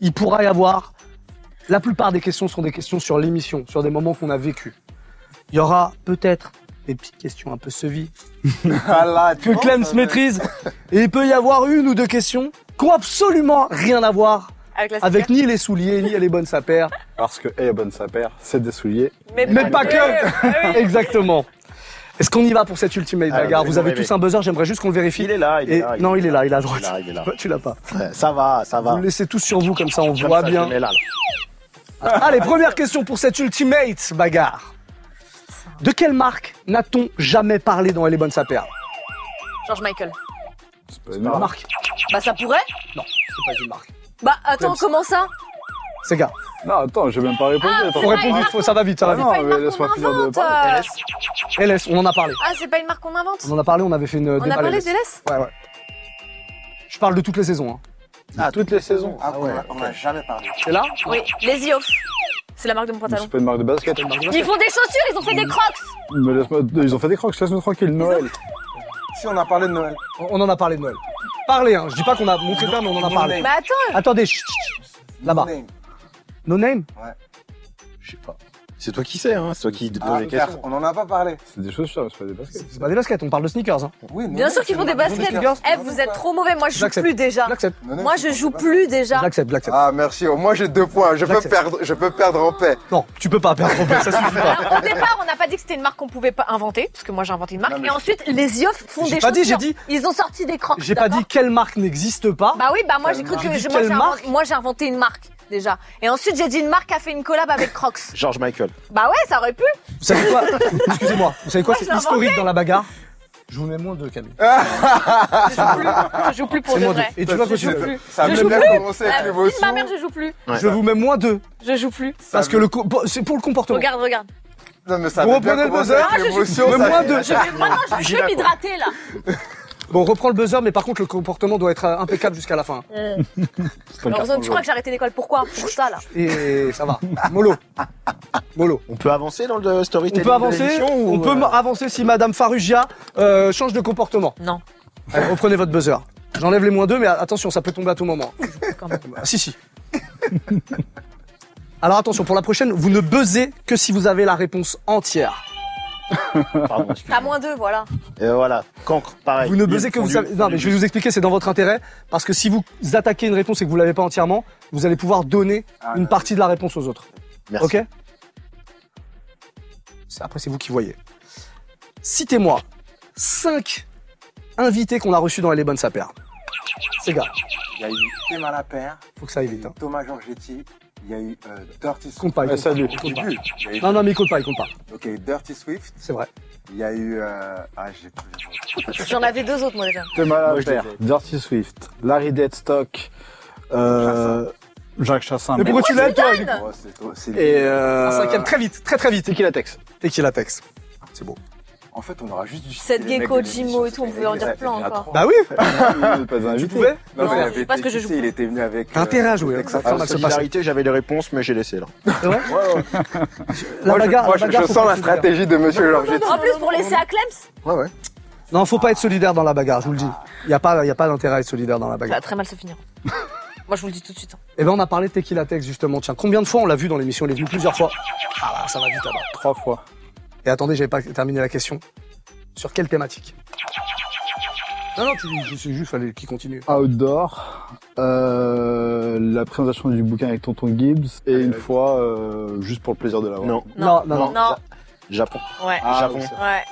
S2: Il pourra y avoir, la plupart des questions seront des questions sur l'émission, sur des moments qu'on a vécu. Il y aura peut-être des petites questions un peu
S3: [laughs]
S2: sevies,
S5: Ah là, tu
S2: que
S5: vois,
S2: Clem
S5: ça
S3: hein,
S2: se
S5: va.
S2: maîtrise. Et il peut y avoir une ou deux questions qui ont absolument rien à voir
S4: Avec la
S2: avec ni les souliers, ni les bonnes sapères.
S6: Parce que, eh, bonne sa paire, c'est des souliers.
S4: Mais,
S2: Mais pas
S4: Ah oui.
S2: Exactement. Est-ce qu'on y va pour cette ultimate
S3: Ah,
S2: bagarre
S3: vous
S2: Vous avez
S3: rêvez.
S2: tous un buzzer, j'aimerais juste qu'on le vérifie.
S3: Il est là, il est
S2: Et-
S3: là.
S2: non, il est là, il a droit.
S3: Il est là, il est là.
S2: Tu l'as pas.
S3: Ouais, Ça va, ça
S2: Vous
S3: va.
S2: le laissez tous sur vous, comme ça on
S3: Comme
S2: voit
S3: ça, je
S2: bien.
S3: le mets là, là.
S2: Allez, première question pour cette ultimate bagarre. De quelle marque n'a-t-on jamais parlé dans Les Bonnes Sapères
S4: George Michael.
S6: C'est pas
S2: Une
S3: Ah.
S6: énorme.
S2: marque
S4: Bah ça pourrait
S2: Non, c'est pas une marque.
S4: Bah attends, comment ça
S2: C'est gars,
S6: Non, attends, j'ai même pas répondu.
S4: Ah,
S6: attends.
S2: faut répondre vite, faut- ça va vite, ça va
S6: Ah
S2: vite.
S6: non,
S4: pas une
S6: mais
S4: marque
S6: laisse-moi
S4: qu'on
S6: finir de
S4: invente,
S6: parler.
S4: euh.
S2: LS, on en a parlé.
S4: Ah, c'est pas une marque qu'on invente
S2: On en a parlé, on avait fait une
S4: On a parlé de LS
S2: Ouais, ouais. Je parle de toutes les saisons. Hein.
S6: Ah, toutes les saisons.
S5: Ah ouais, on n'a jamais parlé.
S2: C'est là
S4: Oui, les IOF. C'est la marque de mon
S6: Mais
S4: pantalon.
S6: C'est pas une marque de basket.
S4: Ils font des chaussures, ils ont fait des crocs
S6: Mais laisse-moi- ils ont fait des crocs, laisse-nous tranquille,
S4: [laughs]
S6: Noël.
S5: Si, on a parlé de Noël.
S2: On en a parlé de Noël. Parlé, hein. Je dis pas qu'on a montré plein, mais on en a parlé.
S4: Mais attends
S2: Attendez, chut, chut, chut. là-bas.
S5: Name.
S2: No name
S3: Je sais pas. C'est toi qui sais, hein. C'est toi qui te pose
S5: Ah,
S3: les questions.
S5: on n'en a pas parlé.
S6: C'est des chaussures, mais c'est pas des baskets.
S2: C'est pas des baskets, on parle de sneakers. Hein.
S5: Oui,
S4: Bien sûr qu'ils font des baskets Eh, vous êtes trop mauvais, moi je joue
S2: J'accepte.
S4: plus déjà
S2: Je l'accepte,
S4: Moi je joue plus
S2: je
S4: déjà
S2: l'accepte, je l'accepte.
S5: Ah merci, au moins j'ai deux points, je peux
S2: J'accepte.
S5: perdre, je peux perdre en paix.
S2: Non, tu peux pas perdre trop peu, ça suffit pas.
S4: Alors, au départ, on n'a pas dit que c'était une marque qu'on pouvait pas inventer, parce que moi j'ai inventé une marque.
S5: Non, mais-
S4: Et ensuite, les IOF font
S2: J'ai
S4: des
S2: pas dit,
S4: chaussures.
S2: j'ai dit-
S4: Ils ont sorti des crocs.
S2: J'ai pas
S4: d'accord
S2: dit quelle marque n'existe pas.
S4: Bah oui, bah moi j'ai cru
S2: marque
S4: que
S2: J'ai
S4: je-
S2: dit
S4: moi,
S2: quelle
S4: j'ai inventé-
S2: marque
S4: moi j'ai inventé une marque déjà. Et ensuite j'ai dit une marque a fait une collab avec Crocs.
S3: George Michael.
S4: bah ouais, ça aurait pu.
S2: Vous savez
S4: [laughs]
S2: quoi Excusez-moi, vous savez quoi
S4: Moi, je
S2: C'est
S4: l'ai
S2: historique dans la bagarre. Je vous mets moins deux, Camille.
S4: Je joue plus, Ah, je joue plus pour
S2: C'est
S4: de
S2: moins deux.
S4: vrai.
S2: Et tu vois que
S5: Je joue
S2: tu
S5: plus. Ça a
S4: Je
S5: même
S4: joue
S5: bien
S4: plus.
S5: commencé
S4: La
S5: avec les
S4: vie de
S5: motions.
S4: ma mère, je joue plus.
S2: Je vous mets moins deux.
S4: Je joue plus.
S2: Parce que le co- bon, c'est pour le comportement.
S4: Regarde, regarde.
S5: Non mais ça
S2: Vous
S5: a bien
S2: reprenez le
S5: commencé
S2: buzzer
S5: avec
S4: Ah,
S5: les
S4: je joue-
S5: motions,
S2: Mais
S5: ça-
S2: moins deux.
S4: Je vais, maintenant, je vais m'hydrater là.
S2: Bon, on reprend le buzzer, mais par contre, le comportement doit être euh, impeccable jusqu'à la fin.
S6: C'est un
S4: Heureusement
S6: carton
S4: que tu crois que j'ai arrêté l'école. Pourquoi Pour ça là.
S2: Et ça va. Molo. Molo.
S3: On peut avancer dans le
S2: On
S3: storytelling
S2: peut
S3: de
S2: avancer,
S3: l'émission ou,
S2: on peut
S3: euh,
S2: avancer si Madame Farugia euh, change de comportement.
S4: Non,
S2: Allez, reprenez votre buzzer. J'enlève les moins deux, mais attention, ça peut tomber à tout moment.
S4: quand même.
S2: Ah, si, si. Alors attention, pour la prochaine, vous ne buzzez que si vous avez la réponse entière.
S3: [laughs] Pardon, excuse.
S4: T'as moins deux, voilà.
S3: Et voilà, cancre, pareil.
S2: Vous ne
S3: Il
S2: buzzez
S3: est
S2: que vous
S3: fondu,
S2: savez. Non, mais
S3: fondu.
S2: je vais vous expliquer, c'est dans votre intérêt. Parce que si vous attaquez une réponse et que vous l'avez pas entièrement, vous allez pouvoir donner
S5: Ah,
S2: une partie de la réponse aux autres.
S3: Merci.
S2: Ok C'est- Après, c'est vous qui voyez. Citez-moi 5 invités qu'on a reçus dans Les Bonnes Sapères. C'est gars,
S5: Il y a eu Emma Lapère,
S2: faut que ça aille vite. Hein.
S5: Thomas Georgetti, il y a eu euh, Dirty Swift.
S2: Compte pas, il
S6: Eh,
S2: compte pas,
S6: salut.
S2: il
S5: Au
S2: compte pas.
S5: début, il y a eu-
S2: Non, non, mais il compte pas, il compte pas.
S5: Ok, Dirty Swift,
S2: C'est vrai.
S5: il y a eu... euh, Ah, j'ai plus les mots.
S4: J'en avais deux autres moi déjà.
S6: T'es
S5: Ah,
S6: mal à
S3: Moi, je
S6: faire. Dirty Swift, Larry Deadstock, euh, Jacques Chassin.
S2: Mais pourquoi tu l'aides, toi
S4: donne
S5: Oh, c'est toi, c'est lui.
S6: Et euh,
S2: Un cinquième, très vite, très très vite.
S6: C'est qui la texte
S2: Et qui la texte. C'est beau.
S5: En fait, on aura juste du...
S4: Seth Gecko, Jimo et tout, on pouvait en dire plein encore.
S2: Bah oui,
S6: Pas
S2: tu
S6: invité.
S2: pouvais
S5: Non, mais euh, il
S4: Non,
S5: avait
S4: parce
S5: été-
S4: que je
S5: tu
S4: joue
S5: sais,
S4: plus.
S5: il était venu avec...
S2: T'as intérêt à jouer
S5: le
S2: avec ça,
S5: Texas
S2: comment
S5: House.
S2: elle se passe.
S3: Ah, Solidarité, j'avais les réponses, mais j'ai laissé là.
S2: C'est vrai La
S5: Moi, je-
S2: bagarre,
S5: moi,
S2: la
S5: je-
S2: bagarre, faut
S5: je sens
S2: pas
S5: la
S2: être solidaire.
S5: stratégie de Monsieur Georgetti.
S4: En plus, pour laisser à Clems,
S5: Ouais, ouais.
S2: Non, faut pas être solidaire dans la bagarre, je vous le dis. Il y a pas, il y a pas d'intérêt à être solidaire dans la
S4: ça va
S5: Bah,
S2: bagarre.
S4: très mal
S2: [laughs]
S4: se finir. Moi, je vous le dis tout de suite. hein.
S2: Eh ben, on a parlé de Tequila Tex justement. Tiens, combien de fois on l'a vu dans l'émission Il est venu plusieurs fois. Ah là, ça va vite là-bas.
S6: Trois fois.
S2: Et attendez, j'avais pas terminé la question. Sur quelle thématique Non, non, tu, je sais juste, fallait qu'il continue.
S6: Outdoor, euh, la présentation du bouquin avec Tonton Gibbs, et une fois, euh, juste pour le plaisir de l'avoir.
S3: Non, Ah,
S2: Non, non, non.
S4: Non,
S3: Japon.
S4: ouais.
S3: Japon.
S4: Ouais.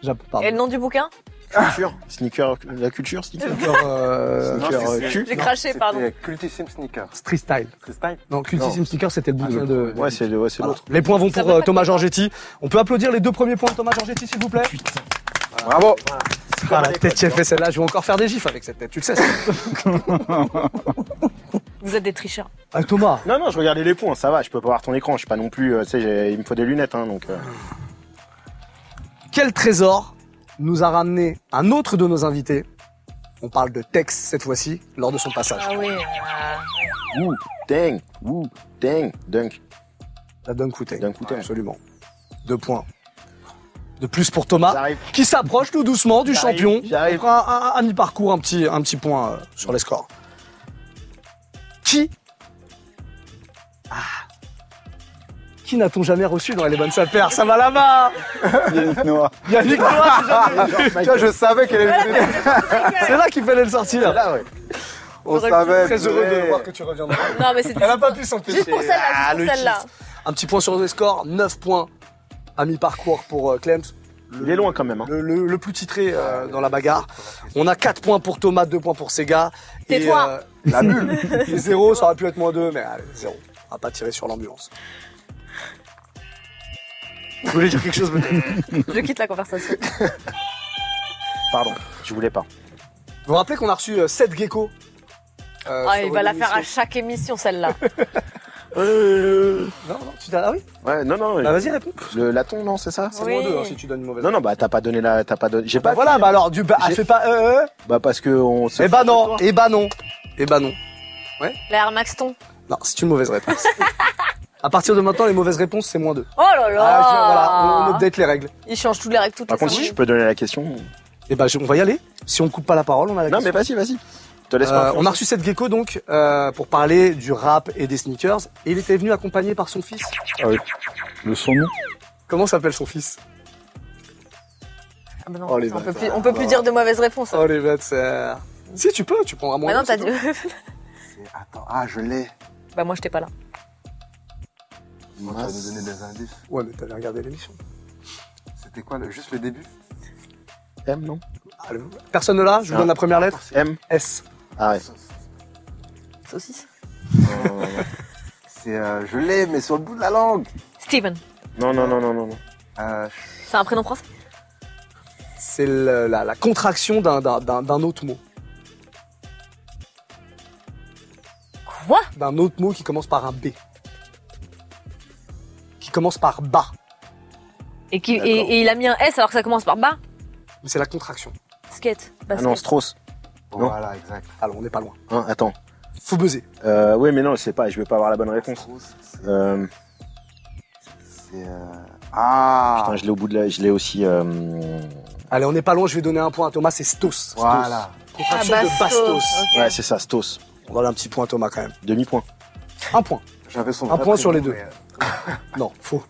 S2: Japon,
S4: Et
S2: pardon.
S4: le nom du bouquin
S3: culture. Sneaker, la culture, sneaker.
S2: Euh,
S3: Sneaker,
S5: Non, c'est-
S3: euh, cul.
S4: J'ai craché, pardon.
S5: C'était Cultissime Sneaker.
S2: Street Style.
S5: Freestyle
S2: Non, Cultissime
S5: Non.
S2: Sticker, c'était le bouquin de.
S3: Ouais, c'est le- ouais, c'est
S2: Voilà.
S3: l'autre.
S2: Les points vont
S4: Ça
S2: pour
S4: vaut
S2: euh,
S4: pas
S2: Thomas
S4: le coup.
S2: Giorgetti. On peut applaudir les deux premiers points de Thomas Giorgetti, s'il vous plaît
S6: Bravo
S2: Ah, la tête qui a fait celle-là, je vais encore faire des gifs avec cette tête, tu le sais. ça.
S4: Vous êtes des tricheurs.
S2: Ah, Thomas,
S3: Non, non, je regardais les points, ça va, je peux pas voir ton écran, je suis pas non plus, euh, tu sais, j'ai- il me faut des lunettes, hein, donc. euh.
S2: quel trésor nous a ramené un autre de nos invités On parle de Tex cette fois-ci, lors de son passage.
S4: Ah oui. euh,
S3: Ouh, dang, ouh, dang, dunk,
S2: La donne coûtée.
S3: dunk, ou dunk.
S2: Absolument. Deux points. De plus pour Thomas,
S3: J'arrive.
S2: qui s'approche tout doucement du
S3: J'arrive,
S2: champion.
S3: j'arrive.
S2: On fera un, un- un mi-parcours, un petit, un petit point euh, sur les scores. Qui Ah. Qui n'a-t-on jamais reçu dans les bonnes sapeurs Ça va là-bas
S6: Yannick Noah.
S2: [laughs] Yannick Noah, c'est jamais-
S5: Tu vois, je savais qu'elle allait
S2: c'est là qu'il fallait le sortir.
S5: là, ouais. On
S4: J'aurais
S5: savait.
S2: Très heureux de
S5: mais-
S2: voir que tu reviendras.
S4: Non, mais c'est
S2: Elle n'a pas pu s'empêcher.
S4: juste pour celle-là,
S2: Ah,
S4: juste
S2: le
S4: pour celle-là.
S2: Un petit point sur le score, 9 points à mi-parcours pour euh, Clems.
S3: Il est loin quand même, hein.
S2: Le, le- le plus titré euh, dans la bagarre. On a 4 points pour Thomas, 2 points pour Sega. Et,
S4: Tais-toi.
S2: euh, La bulle [laughs] Et 0, ça aurait pu être moins 2, mais allez, 0. On va pas tirer sur l'ambulance. Vous voulez dire quelque chose peut-être
S4: [laughs] Je quitte la conversation.
S3: Pardon, je voulais pas.
S2: Vous vous rappelez qu'on a reçu 7 geckos euh,
S4: Ah,
S2: sur
S4: il va
S2: une
S4: la faire à
S2: émission
S4: chaque émission, celle-là.
S3: [laughs]
S2: Non, non, tu t'as. Ah oui
S3: Ouais, non, non,
S2: Bah vas-y, réponds.
S3: le laton, non, c'est ça
S2: C'est
S4: Oui.
S2: moins 2 hein, si tu donnes une mauvaise.
S3: Non, non, bah t'as pas donné la. T'as pas donné. J'ai
S2: Bah
S3: pas.
S2: voilà, bah alors, du bah, ah,
S3: J'ai-
S2: fais pas euh, euh.
S3: Bah parce que on se.
S2: Eh bah non, eh bah non, eh bah non.
S4: La Air Max Ton.
S2: Non, c'est une mauvaise réponse. [laughs] à partir de maintenant, les mauvaises réponses, c'est moins 2.
S4: Oh là là
S3: Ah,
S2: voilà, on- on update les règles.
S4: Il change toutes les règles toutes
S3: Par
S4: les
S3: contre, si je
S4: secondes.
S3: peux donner la question.
S2: Eh bah, je- on va y aller. Si on coupe pas la parole, on a la
S3: Non, mais
S2: question.
S3: vas-y, vas-y. Te laisse
S2: Euh,
S3: pas.
S2: on a reçu cette gecko donc euh, pour parler du rap et des sneakers et il était venu accompagné par son fils.
S6: Le son nom
S2: Comment s'appelle son fils
S4: Ah bah non,
S5: Oh, les
S4: on peut
S5: bâtards.
S4: plus, on peut plus dire de mauvaises réponses.
S3: Euh,
S2: Oh les bêtes, c'est... Si tu peux, tu prendras moins.
S4: bah non,
S2: de-
S4: t'as dit. [laughs]
S5: C'est- Attends, ah, je l'ai.
S4: bah moi, j'étais pas là.
S5: On va nous donner des indices.
S2: Ouais, mais t'avais regardé l'émission.
S5: C'était quoi, le- juste le début
S3: M, non
S2: Allez, Personne ne l'a. Je vous
S3: Ah.
S2: donne la première lettre.
S3: M
S2: S.
S3: Ah ouais.
S4: Saucisse.
S5: Euh, C'est, euh, je l'ai, mais sur le bout de la langue.
S4: Steven.
S3: Non, non, non, non, non. non.
S5: Euh,
S4: C'est un prénom français
S2: C'est le- la, la contraction d'un- d'un d'un- d'un autre mot.
S4: Quoi
S2: d'un autre mot qui commence par un B. Qui commence par bas.
S4: et, qui,
S3: D'accord.
S4: et, et il a mis un S alors que ça commence par bas.
S2: Mais c'est la contraction.
S4: Skate.
S3: Ah non,
S4: Basket.
S3: Strauss. Non.
S5: Voilà, exact.
S2: Alors, on n'est pas loin.
S3: Hein, attends.
S2: Faut buzzer.
S3: Euh, oui, mais non, c'est pas. Je vais pas avoir la bonne réponse.
S5: Strauss, c'est-
S3: Euh,
S5: C'est. euh, Ah
S3: putain, je l'ai au bout de la. Je l'ai aussi. euh,
S2: Allez, on n'est pas loin, je vais donner un point à Thomas, c'est Stos.
S5: Voilà.
S2: Contraction
S4: Ah,
S2: de
S4: Bastos.
S2: Bastos.
S4: Ok.
S3: Ouais, c'est ça, Stos.
S2: On va donner un petit point à Thomas quand même.
S3: Demi point.
S2: Un point.
S5: J'avais son
S2: Un
S5: vrai
S2: point sur
S5: prénom,
S2: les deux.
S5: mais, euh,
S2: Non, faux.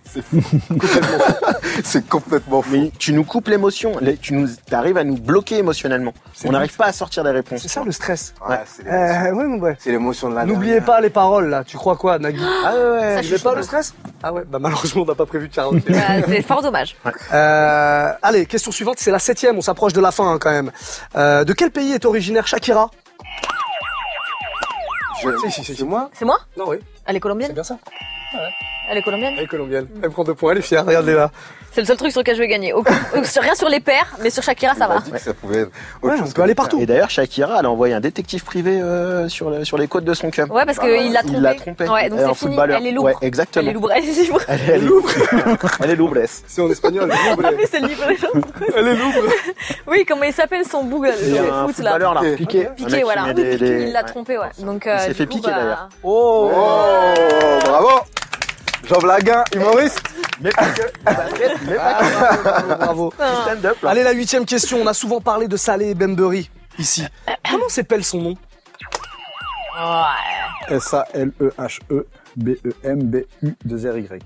S5: C'est complètement fou.
S3: Mais tu nous coupes l'émotion. les- Tu nous. T'arrives à nous bloquer émotionnellement.
S2: C'est
S3: On n'arrive pas à sortir des réponses.
S2: C'est ça le stress.
S5: Ouais, c'est les-
S2: Euh, ouais, mon ouais.
S5: c'est l'émotion de la
S2: N'oubliez
S5: dernière.
S2: pas les paroles là, tu crois quoi, Nagui Ah ouais, ouais.
S4: Ça
S2: Vous
S4: chuchote.
S2: n'avez pas le stress Ah ouais, bah malheureusement, on n'a pas prévu de karaoké.
S4: Bah, c'est fort dommage.
S2: Euh, allez, question suivante, c'est la septième, on s'approche de la fin hein, quand même. Euh, de quel pays est originaire Shakira
S5: Je-
S2: Si, si, si, si.
S5: C'est moi
S4: C'est moi
S2: Non, oui,
S4: Elle est
S2: c'est
S4: colombienne
S2: bien ça.
S4: Elle est colombienne
S2: Elle est colombienne. Elle prend deux points, elle est fière, regardez là.
S4: C'est le seul truc sur lequel je vais gagner. Aucun-
S3: [laughs]
S4: euh, sur- rien sur les paires, mais sur Shakira, ça
S5: On m'a
S4: va.
S5: dit que ça pouvait être. autre
S2: Ouais, on
S5: chose
S2: peut
S5: que-
S2: aller partout.
S3: Et d'ailleurs, Shakira, elle a envoyé un détective privé euh, sur, le- sur les côtes de son cum.
S4: Ouais, parce qu'il l'a trompée.
S3: Bah Il l'a trompé.
S4: Ouais, donc
S3: Elle est un
S4: c'est fini.
S3: footballeur.
S4: Elle est lourde.
S3: Ouais, exactement.
S4: Elle est libre. [laughs] Elle est libre.
S3: Elle est loubre. Elle est loubre.
S2: C'est en [laughs] espagnol.
S4: En plus, elle est libre.
S2: [laughs] Elle est lourde.
S4: [laughs] Oui, comment il s'appelle son bougre
S3: Il y a un
S4: le foot là
S3: footballeur là,
S5: Piqué.
S3: Piqué. Un mec
S4: Piqué,
S3: qui
S4: voilà.
S3: met
S4: Oui,
S3: des-
S4: Piqué,
S3: des-
S4: il l'a
S3: ouais.
S4: trompé, ouais. Donc,
S3: s'est
S4: du
S3: fait
S4: coup,
S3: piquer,
S4: bah,
S3: d'ailleurs.
S5: Oh, Bravo Jean Blaguin, humoriste
S3: Mais pas que. Basket, mais pas que.
S2: Bravo.
S4: putain.
S3: Stand up là.
S2: [laughs] Allez, la huitième question. On a souvent parlé de Salé et Bembury ici. Comment s'appelle son nom
S4: Ouais.
S6: E S-A-L-E-H-E-B-E-M-B-U-2-R-Y.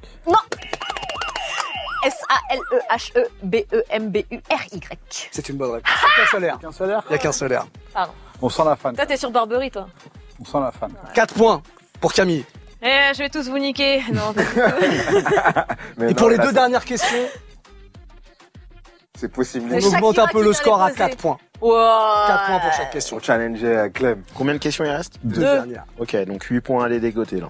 S4: S-A-L-E-H-E-B-E-M-B-U-R-Y.
S2: C'est une bonne réponse. Il n'y a qu'un solaire.
S6: Un salaire
S2: Il n'y a qu'un solaire.
S6: On sent la fan.
S4: Toi, t'es sur Barbery, toi.
S6: On sent la fan.
S2: Quatre points pour Camille.
S4: Eh, je vais tous vous niquer. [laughs] Non,
S5: Mais
S2: Et
S5: non,
S2: pour les
S5: là,
S2: deux
S5: c'est-
S2: dernières questions,
S5: C'est possible.
S4: C'est
S2: On
S4: Shakira
S2: augmente un
S4: qui
S2: peu le
S4: doit les
S2: score à
S4: poser.
S2: 4 points.
S4: Wow.
S2: 4 points pour chaque question.
S5: On challengeait euh, Clem.
S3: Combien de questions il reste
S2: Deux,
S4: Deux.
S2: dernières.
S3: Ok, donc 8 points à aller dégoter là.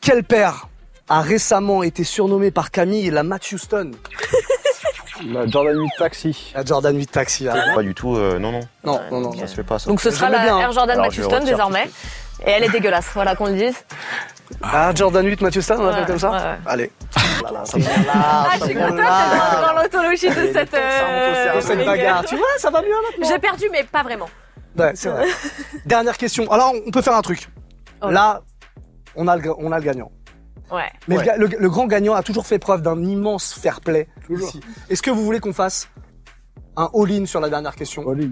S2: Quel père a récemment été surnommé par Camille la Matt Houston
S6: La Jordan 8 Taxi.
S2: La Jordan 8 Taxi. là.
S3: Pas du tout, euh, non, non.
S2: Non, non, non.
S3: Ça se fait pas ça.
S4: Donc ce sera
S2: J'aimais
S4: la
S2: bien.
S4: Air Jordan
S3: hein. Alors, je vais
S4: Mathiston
S3: retirer
S4: désormais. Et elle est dégueulasse, voilà qu'on le dise.
S2: Ah, Jordan 8 Matt Houston, on l'appelle
S4: Ouais,
S2: comme ça
S4: ouais, ouais.
S2: Allez. Là, là, ça vient là,
S4: Ah, je
S2: ça
S4: suis
S2: vient
S4: contente
S2: là.
S4: d'être dans l'anthologie de cette, euh,
S2: De cette bagarre. Tu vois, ça va mieux hein, maintenant.
S4: J'ai perdu, mais pas vraiment.
S2: Ouais, c'est vrai. Dernière question. Alors, on peut faire un truc.
S4: Oh.
S2: Là, on a le, on a le gagnant.
S4: Ouais.
S2: Mais
S3: Ouais.
S2: le ga- le, le grand gagnant a toujours fait preuve d'un immense fair play.
S6: Toujours.
S2: ici. Est-ce que vous voulez qu'on fasse un all-in sur la dernière question [laughs]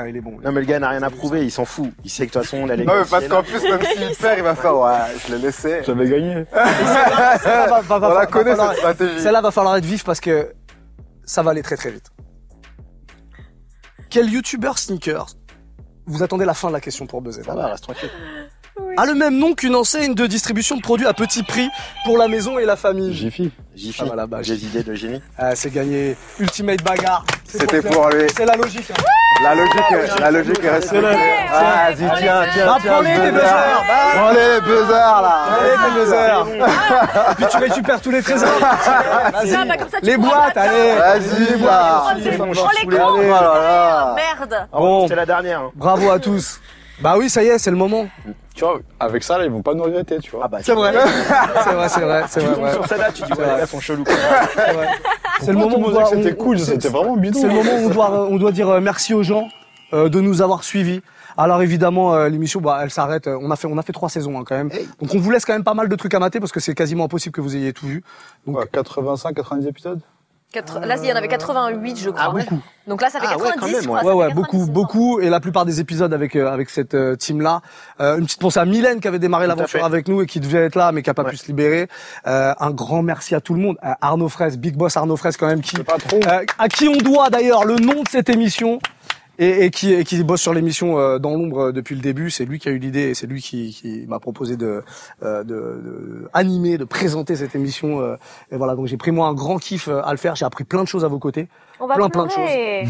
S2: Ah, il est bon.
S3: Non, mais le gars n'a rien à prouver, il s'en fout. Il sait que de toute façon, on a les
S5: Non, mais parce qu'en plus, même s'il
S3: [laughs]
S5: perd, il va faire, ouais, je l'ai laissé.
S6: J'avais gagné.
S2: Celle-là, va- va- va-
S5: On
S2: va
S5: la connaît,
S2: falloir-
S5: cette stratégie.
S2: Celle-là, va falloir être vif parce que ça va aller très très vite. Quel youtubeur sneakers Vous attendez la fin de la question pour buzzer.
S3: Ça
S2: voilà.
S3: va, reste tranquille.
S2: A le même nom qu'une enseigne de distribution de produits à petit prix pour la maison et la famille.
S6: Jiffy.
S3: Jiffy,
S2: Ça va là-bas,
S3: des idées de génie.
S2: Ah, c'est gagné. Ultimate bagarre. C'est
S5: C'était
S2: Claire.
S5: pour lui.
S2: C'est la logique. hein.
S5: La logique, est- la logique est Ah, restée.
S2: là.
S5: Vas-y, tiens, tiens, tiens.
S2: Bah, prends-les,
S5: buzzer.
S2: tes buzzers. Bah.
S5: Prends les buzzers, là.
S2: Allez, tes buzzers. Et puis tu récupères tous les trésors.
S4: Ah, bah, comme ça,
S2: [laughs]
S4: tu
S2: Les
S4: pourras
S2: boîtes,
S4: battre.
S2: allez. Ah,
S5: Vas-y,
S4: Oh,
S5: là.
S4: c'est-
S3: bon,
S4: Oh, les
S3: je voulais
S4: cons.
S5: Oh là là.
S4: Merde
S6: Ah
S2: Bon.
S3: C'était la dernière. hein.
S2: Bravo à tous. Bah oui, ça y est, c'est le moment.
S6: Tu vois, avec ça, là, ils vont pas nous regretter, tu vois.
S3: bah,
S2: [laughs] C'est vrai. C'est vrai, c'est vrai, c'est
S3: Tu
S2: vrai.
S3: tombes
S2: ouais.
S3: sur celle-là, tu dis, ouais,
S2: C'est vrai.
S3: là, sont chelous.
S2: C'est vrai. C'est
S6: Pourquoi
S2: le moment
S6: tout
S2: où on
S6: le monde
S2: doit-
S6: disait que c'était
S2: on-
S6: cool,
S2: c'est-
S6: c'était vraiment bidon.
S2: C'est le moment où on doit, on doit dire euh, merci aux gens euh, de nous avoir suivis. Alors évidemment, euh, l'émission, bah, elle s'arrête. euh, On a fait, on a fait trois saisons hein, quand même. Donc on vous laisse quand même pas mal de trucs à mater parce que c'est quasiment impossible que vous ayez tout vu. Donc
S6: Quoi, 85, 90 épisodes
S4: Quatre- Là, il y en avait 88, je crois.
S2: beaucoup.
S4: Donc là, ça fait
S3: Ah, ouais,
S4: 90,
S3: quand même,
S4: je crois.
S2: Ouais,
S4: ça
S2: ouais,
S4: fait
S2: beaucoup,
S4: 90,
S2: beaucoup, et la plupart des épisodes avec euh, avec cette euh, team-là. Euh, une petite pensée à Mylène qui avait démarré
S3: à
S2: l'aventure
S3: fait.
S2: avec nous et qui devait être là, mais qui a pas
S3: Ouais.
S2: pu se libérer. Euh, un grand merci à tout le monde. À Arnaud Fraisse, Big Boss Arnaud Fraisse quand même, qui
S6: C'est pas trop.
S2: euh, à qui on doit d'ailleurs le nom de cette émission et, et qui, et qui bosse sur l'émission euh, dans l'ombre euh, depuis le début. C'est lui qui a eu l'idée et c'est lui qui, qui m'a proposé de, euh, de, de animer, de présenter cette émission. euh, et voilà, donc j'ai pris moi un grand kiff euh, à le faire. J'ai appris plein de choses à vos côtés.
S4: On va
S2: plein, plein de
S4: pleurer.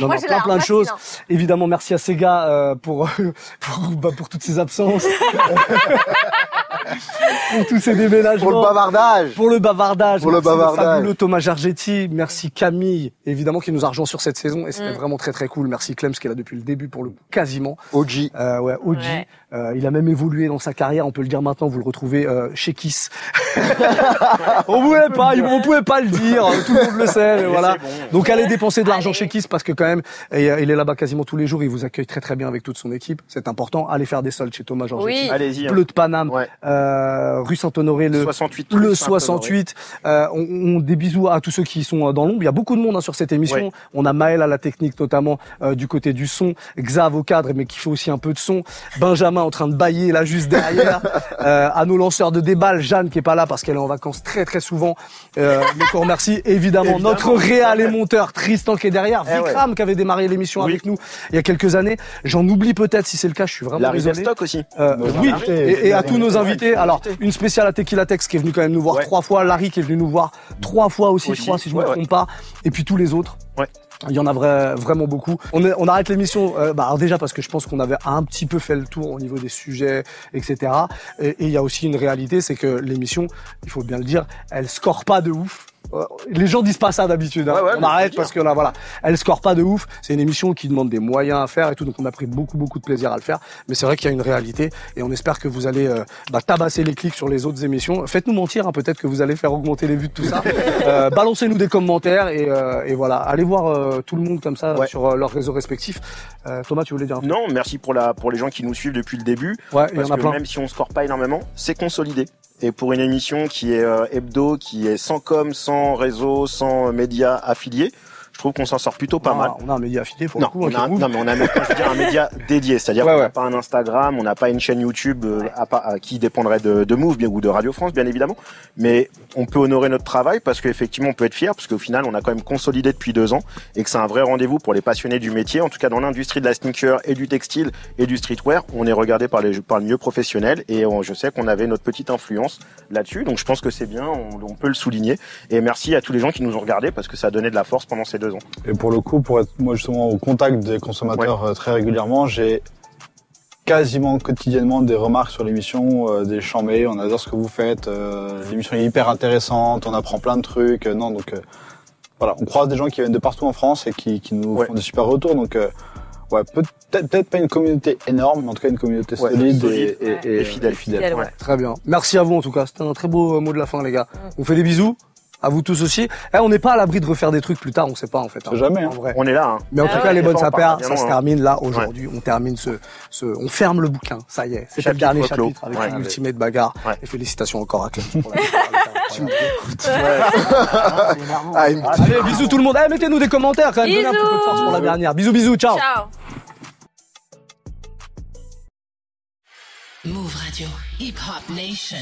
S2: Non,
S4: Moi,
S2: non,
S4: j'ai
S2: plein,
S4: l'air
S2: plein de
S4: fascinant.
S2: choses. Évidemment, merci à Sega euh, [laughs] pour, pour, bah, pour toutes ses
S5: [laughs]
S2: absences, pour tous ses déménagements.
S5: Pour le bavardage.
S2: Pour le bavardage.
S5: Pour le
S2: Merci,
S5: bavardage.
S2: Fabuleux Thomas Jargetti. Merci Camille, évidemment, qui nous a rejoint sur cette saison. Et c'était
S4: Mm.
S2: vraiment très, très cool. Merci Clem, qui est là depuis le début, pour le coup, quasiment.
S5: OG.
S2: Euh, ouais, OG.
S4: Ouais.
S2: Euh, il a même évolué dans sa carrière. On peut le dire maintenant. Vous le retrouvez euh, chez Kiss. [laughs] on voulait pas, on pouvait pas le dire. Tout le monde le sait, mais
S3: Mais
S2: voilà.
S3: c'est bon.
S2: Donc allez dépenser de l'argent
S4: Allez.
S2: chez Kiss parce que quand même, et, euh, il est là-bas quasiment tous les jours. Il vous accueille très très bien avec toute son équipe. C'est important. Allez faire des soldes chez Thomas Georgetti.
S4: Oui.
S3: Allez-y. hein.
S2: Bleu de Paname,
S3: Ouais.
S2: euh, rue Saint-Honoré, le
S3: 68.
S2: le
S3: Saint-Honoré.
S2: 68. Euh, on, on- des bisous à tous ceux qui sont euh, dans l'ombre. Il y a beaucoup de monde hein, sur cette émission.
S3: Ouais.
S2: On a Maël à la technique, notamment euh, du côté du son. Xav au cadre, mais qui fait aussi un peu de son. Benjamin en train de bailler là juste derrière. Euh, à nos lanceurs de déballe, Jeanne qui est pas là parce qu'elle est en vacances très très souvent. Euh, mais qu'on remercie évidemment,
S3: Évidemment.
S2: notre réal et monteur Tristan qui est derrière.
S5: Eh ouais.
S2: Vikram qui avait démarré l'émission
S3: Oui.
S2: avec nous il y a quelques années. J'en oublie peut-être si c'est le cas. Je suis vraiment
S3: La
S2: hein, désolé.
S3: River Stock aussi.
S2: Euh,
S6: Nos
S2: oui,
S6: invités,
S2: et, et à
S6: nos
S2: tous nos invités. Alors, une spéciale à Tequila Tex qui est venu quand même nous voir
S3: Ouais.
S2: trois fois, Larry qui est venu nous voir trois fois aussi, je
S3: Aussi,
S2: crois, si je me
S3: ouais, ouais.
S2: trompe pas, et puis tous les autres.
S3: Ouais.
S2: Il y en a vra- vraiment beaucoup. On, est- on arrête l'émission, euh, bah, alors déjà parce que je pense qu'on avait un petit peu fait le tour au niveau des sujets, etc. Et et il y a aussi une réalité, c'est que l'émission, il faut bien le dire, elle score pas de ouf. Euh, Les gens disent pas ça d'habitude. hein.
S3: Ouais, ouais, mais
S2: on
S3: faut
S2: arrête
S3: le
S2: parce que là, voilà, elle score pas de ouf. C'est une émission qui demande des moyens à faire et tout, donc on a pris beaucoup, beaucoup de plaisir à le faire. Mais c'est vrai qu'il y a une réalité et on espère que vous allez euh, bah, tabasser les clics sur les autres émissions. Faites-nous mentir, hein, peut-être que vous allez faire augmenter les vues de tout
S3: [laughs]
S2: ça. Euh, Balancez-nous des commentaires et, euh, et voilà, allez voir euh, tout le monde comme ça
S3: Ouais.
S2: sur euh, leurs réseaux respectifs. Euh, Thomas, tu voulais dire un truc
S3: Non, merci pour, la, pour les gens qui nous suivent depuis le début.
S2: Ouais, il y
S3: Parce
S2: en a
S3: que
S2: plein.
S3: même si on score pas énormément, c'est consolidé. Et pour une émission qui est euh, hebdo, qui est sans com, sans réseau, sans euh, médias affiliés, Je trouve qu'on s'en sort plutôt pas
S2: on a-
S3: mal.
S2: Ah, On a un média affilié pour
S3: Non,
S2: le coup. hein,
S3: on
S2: qui
S3: a,
S2: move.
S3: non, mais on a quand je veux dire, un
S2: [laughs]
S3: média dédié, c'est-à-dire
S6: Ouais,
S3: qu'on n'a
S6: ouais.
S3: pas un Instagram, on n'a pas une chaîne YouTube euh, à part- à- qui dépendrait de, de Move bien- ou de Radio France, bien évidemment. Mais on peut honorer notre travail parce qu'effectivement, on peut être fier parce qu'au final, on a quand même consolidé depuis deux ans et que c'est un vrai rendez-vous pour les passionnés du métier. En tout cas, dans l'industrie de la sneaker et du textile et du streetwear, on est regardé par, les, par le mieux professionnel et on- je sais qu'on avait notre petite influence là-dessus. Donc, je pense que c'est bien, on, on peut le souligner. Et merci à tous les gens qui nous ont regardés parce que ça a donné de la force pendant ces deux ans.
S6: Et pour le coup, pour être moi justement au contact des consommateurs euh, très régulièrement, j'ai quasiment quotidiennement des remarques sur l'émission, euh, des chambées, on adore ce que vous faites, euh, l'émission est hyper intéressante, on apprend plein de trucs, euh, non donc euh, voilà, on croise des gens qui viennent de partout en France et qui, qui nous
S3: Ouais.
S6: font des super retours donc euh, ouais peut-être peut-être pas une communauté énorme, mais en tout cas une communauté
S3: Ouais,
S6: solide,
S3: solide.
S6: et, et- et-
S3: Et fidèle.
S6: et fidèle.
S4: Fidèle, ouais.
S2: Très bien. Merci à vous en tout cas. C'était un très beau euh, mot de la fin, les gars. On fait des bisous. À vous tous aussi. Eh, on n'est pas à l'abri de refaire des trucs plus tard, on sait pas en fait. hein.
S6: C'est jamais, hein.
S2: En vrai.
S3: On est là, hein.
S2: Mais en
S4: Ah
S2: tout
S4: ouais.
S2: cas, les
S3: Et
S2: bonnes
S3: ça, on
S2: sapères,
S3: part
S2: ça
S3: bien
S2: se
S3: loin, hein.
S2: termine là aujourd'hui. On termine ce, ce, on ferme le bouquin. Ça y est, c'était le
S3: Chapitre
S2: dernier
S3: clos.
S2: chapitre avec
S3: Ouais.
S2: une ultimate bagarre.
S3: Ouais.
S2: Et félicitations encore à [laughs] Clem.
S5: Ah, il me-
S2: Allez, bisous tout le monde. Eh, mettez-nous des commentaires quand même. Donnez un petit peu de force pour la
S4: Bisous.
S2: dernière. Bisous, bisous, ciao.
S4: Ciao.
S1: Move Radio. Hip Hop Nation.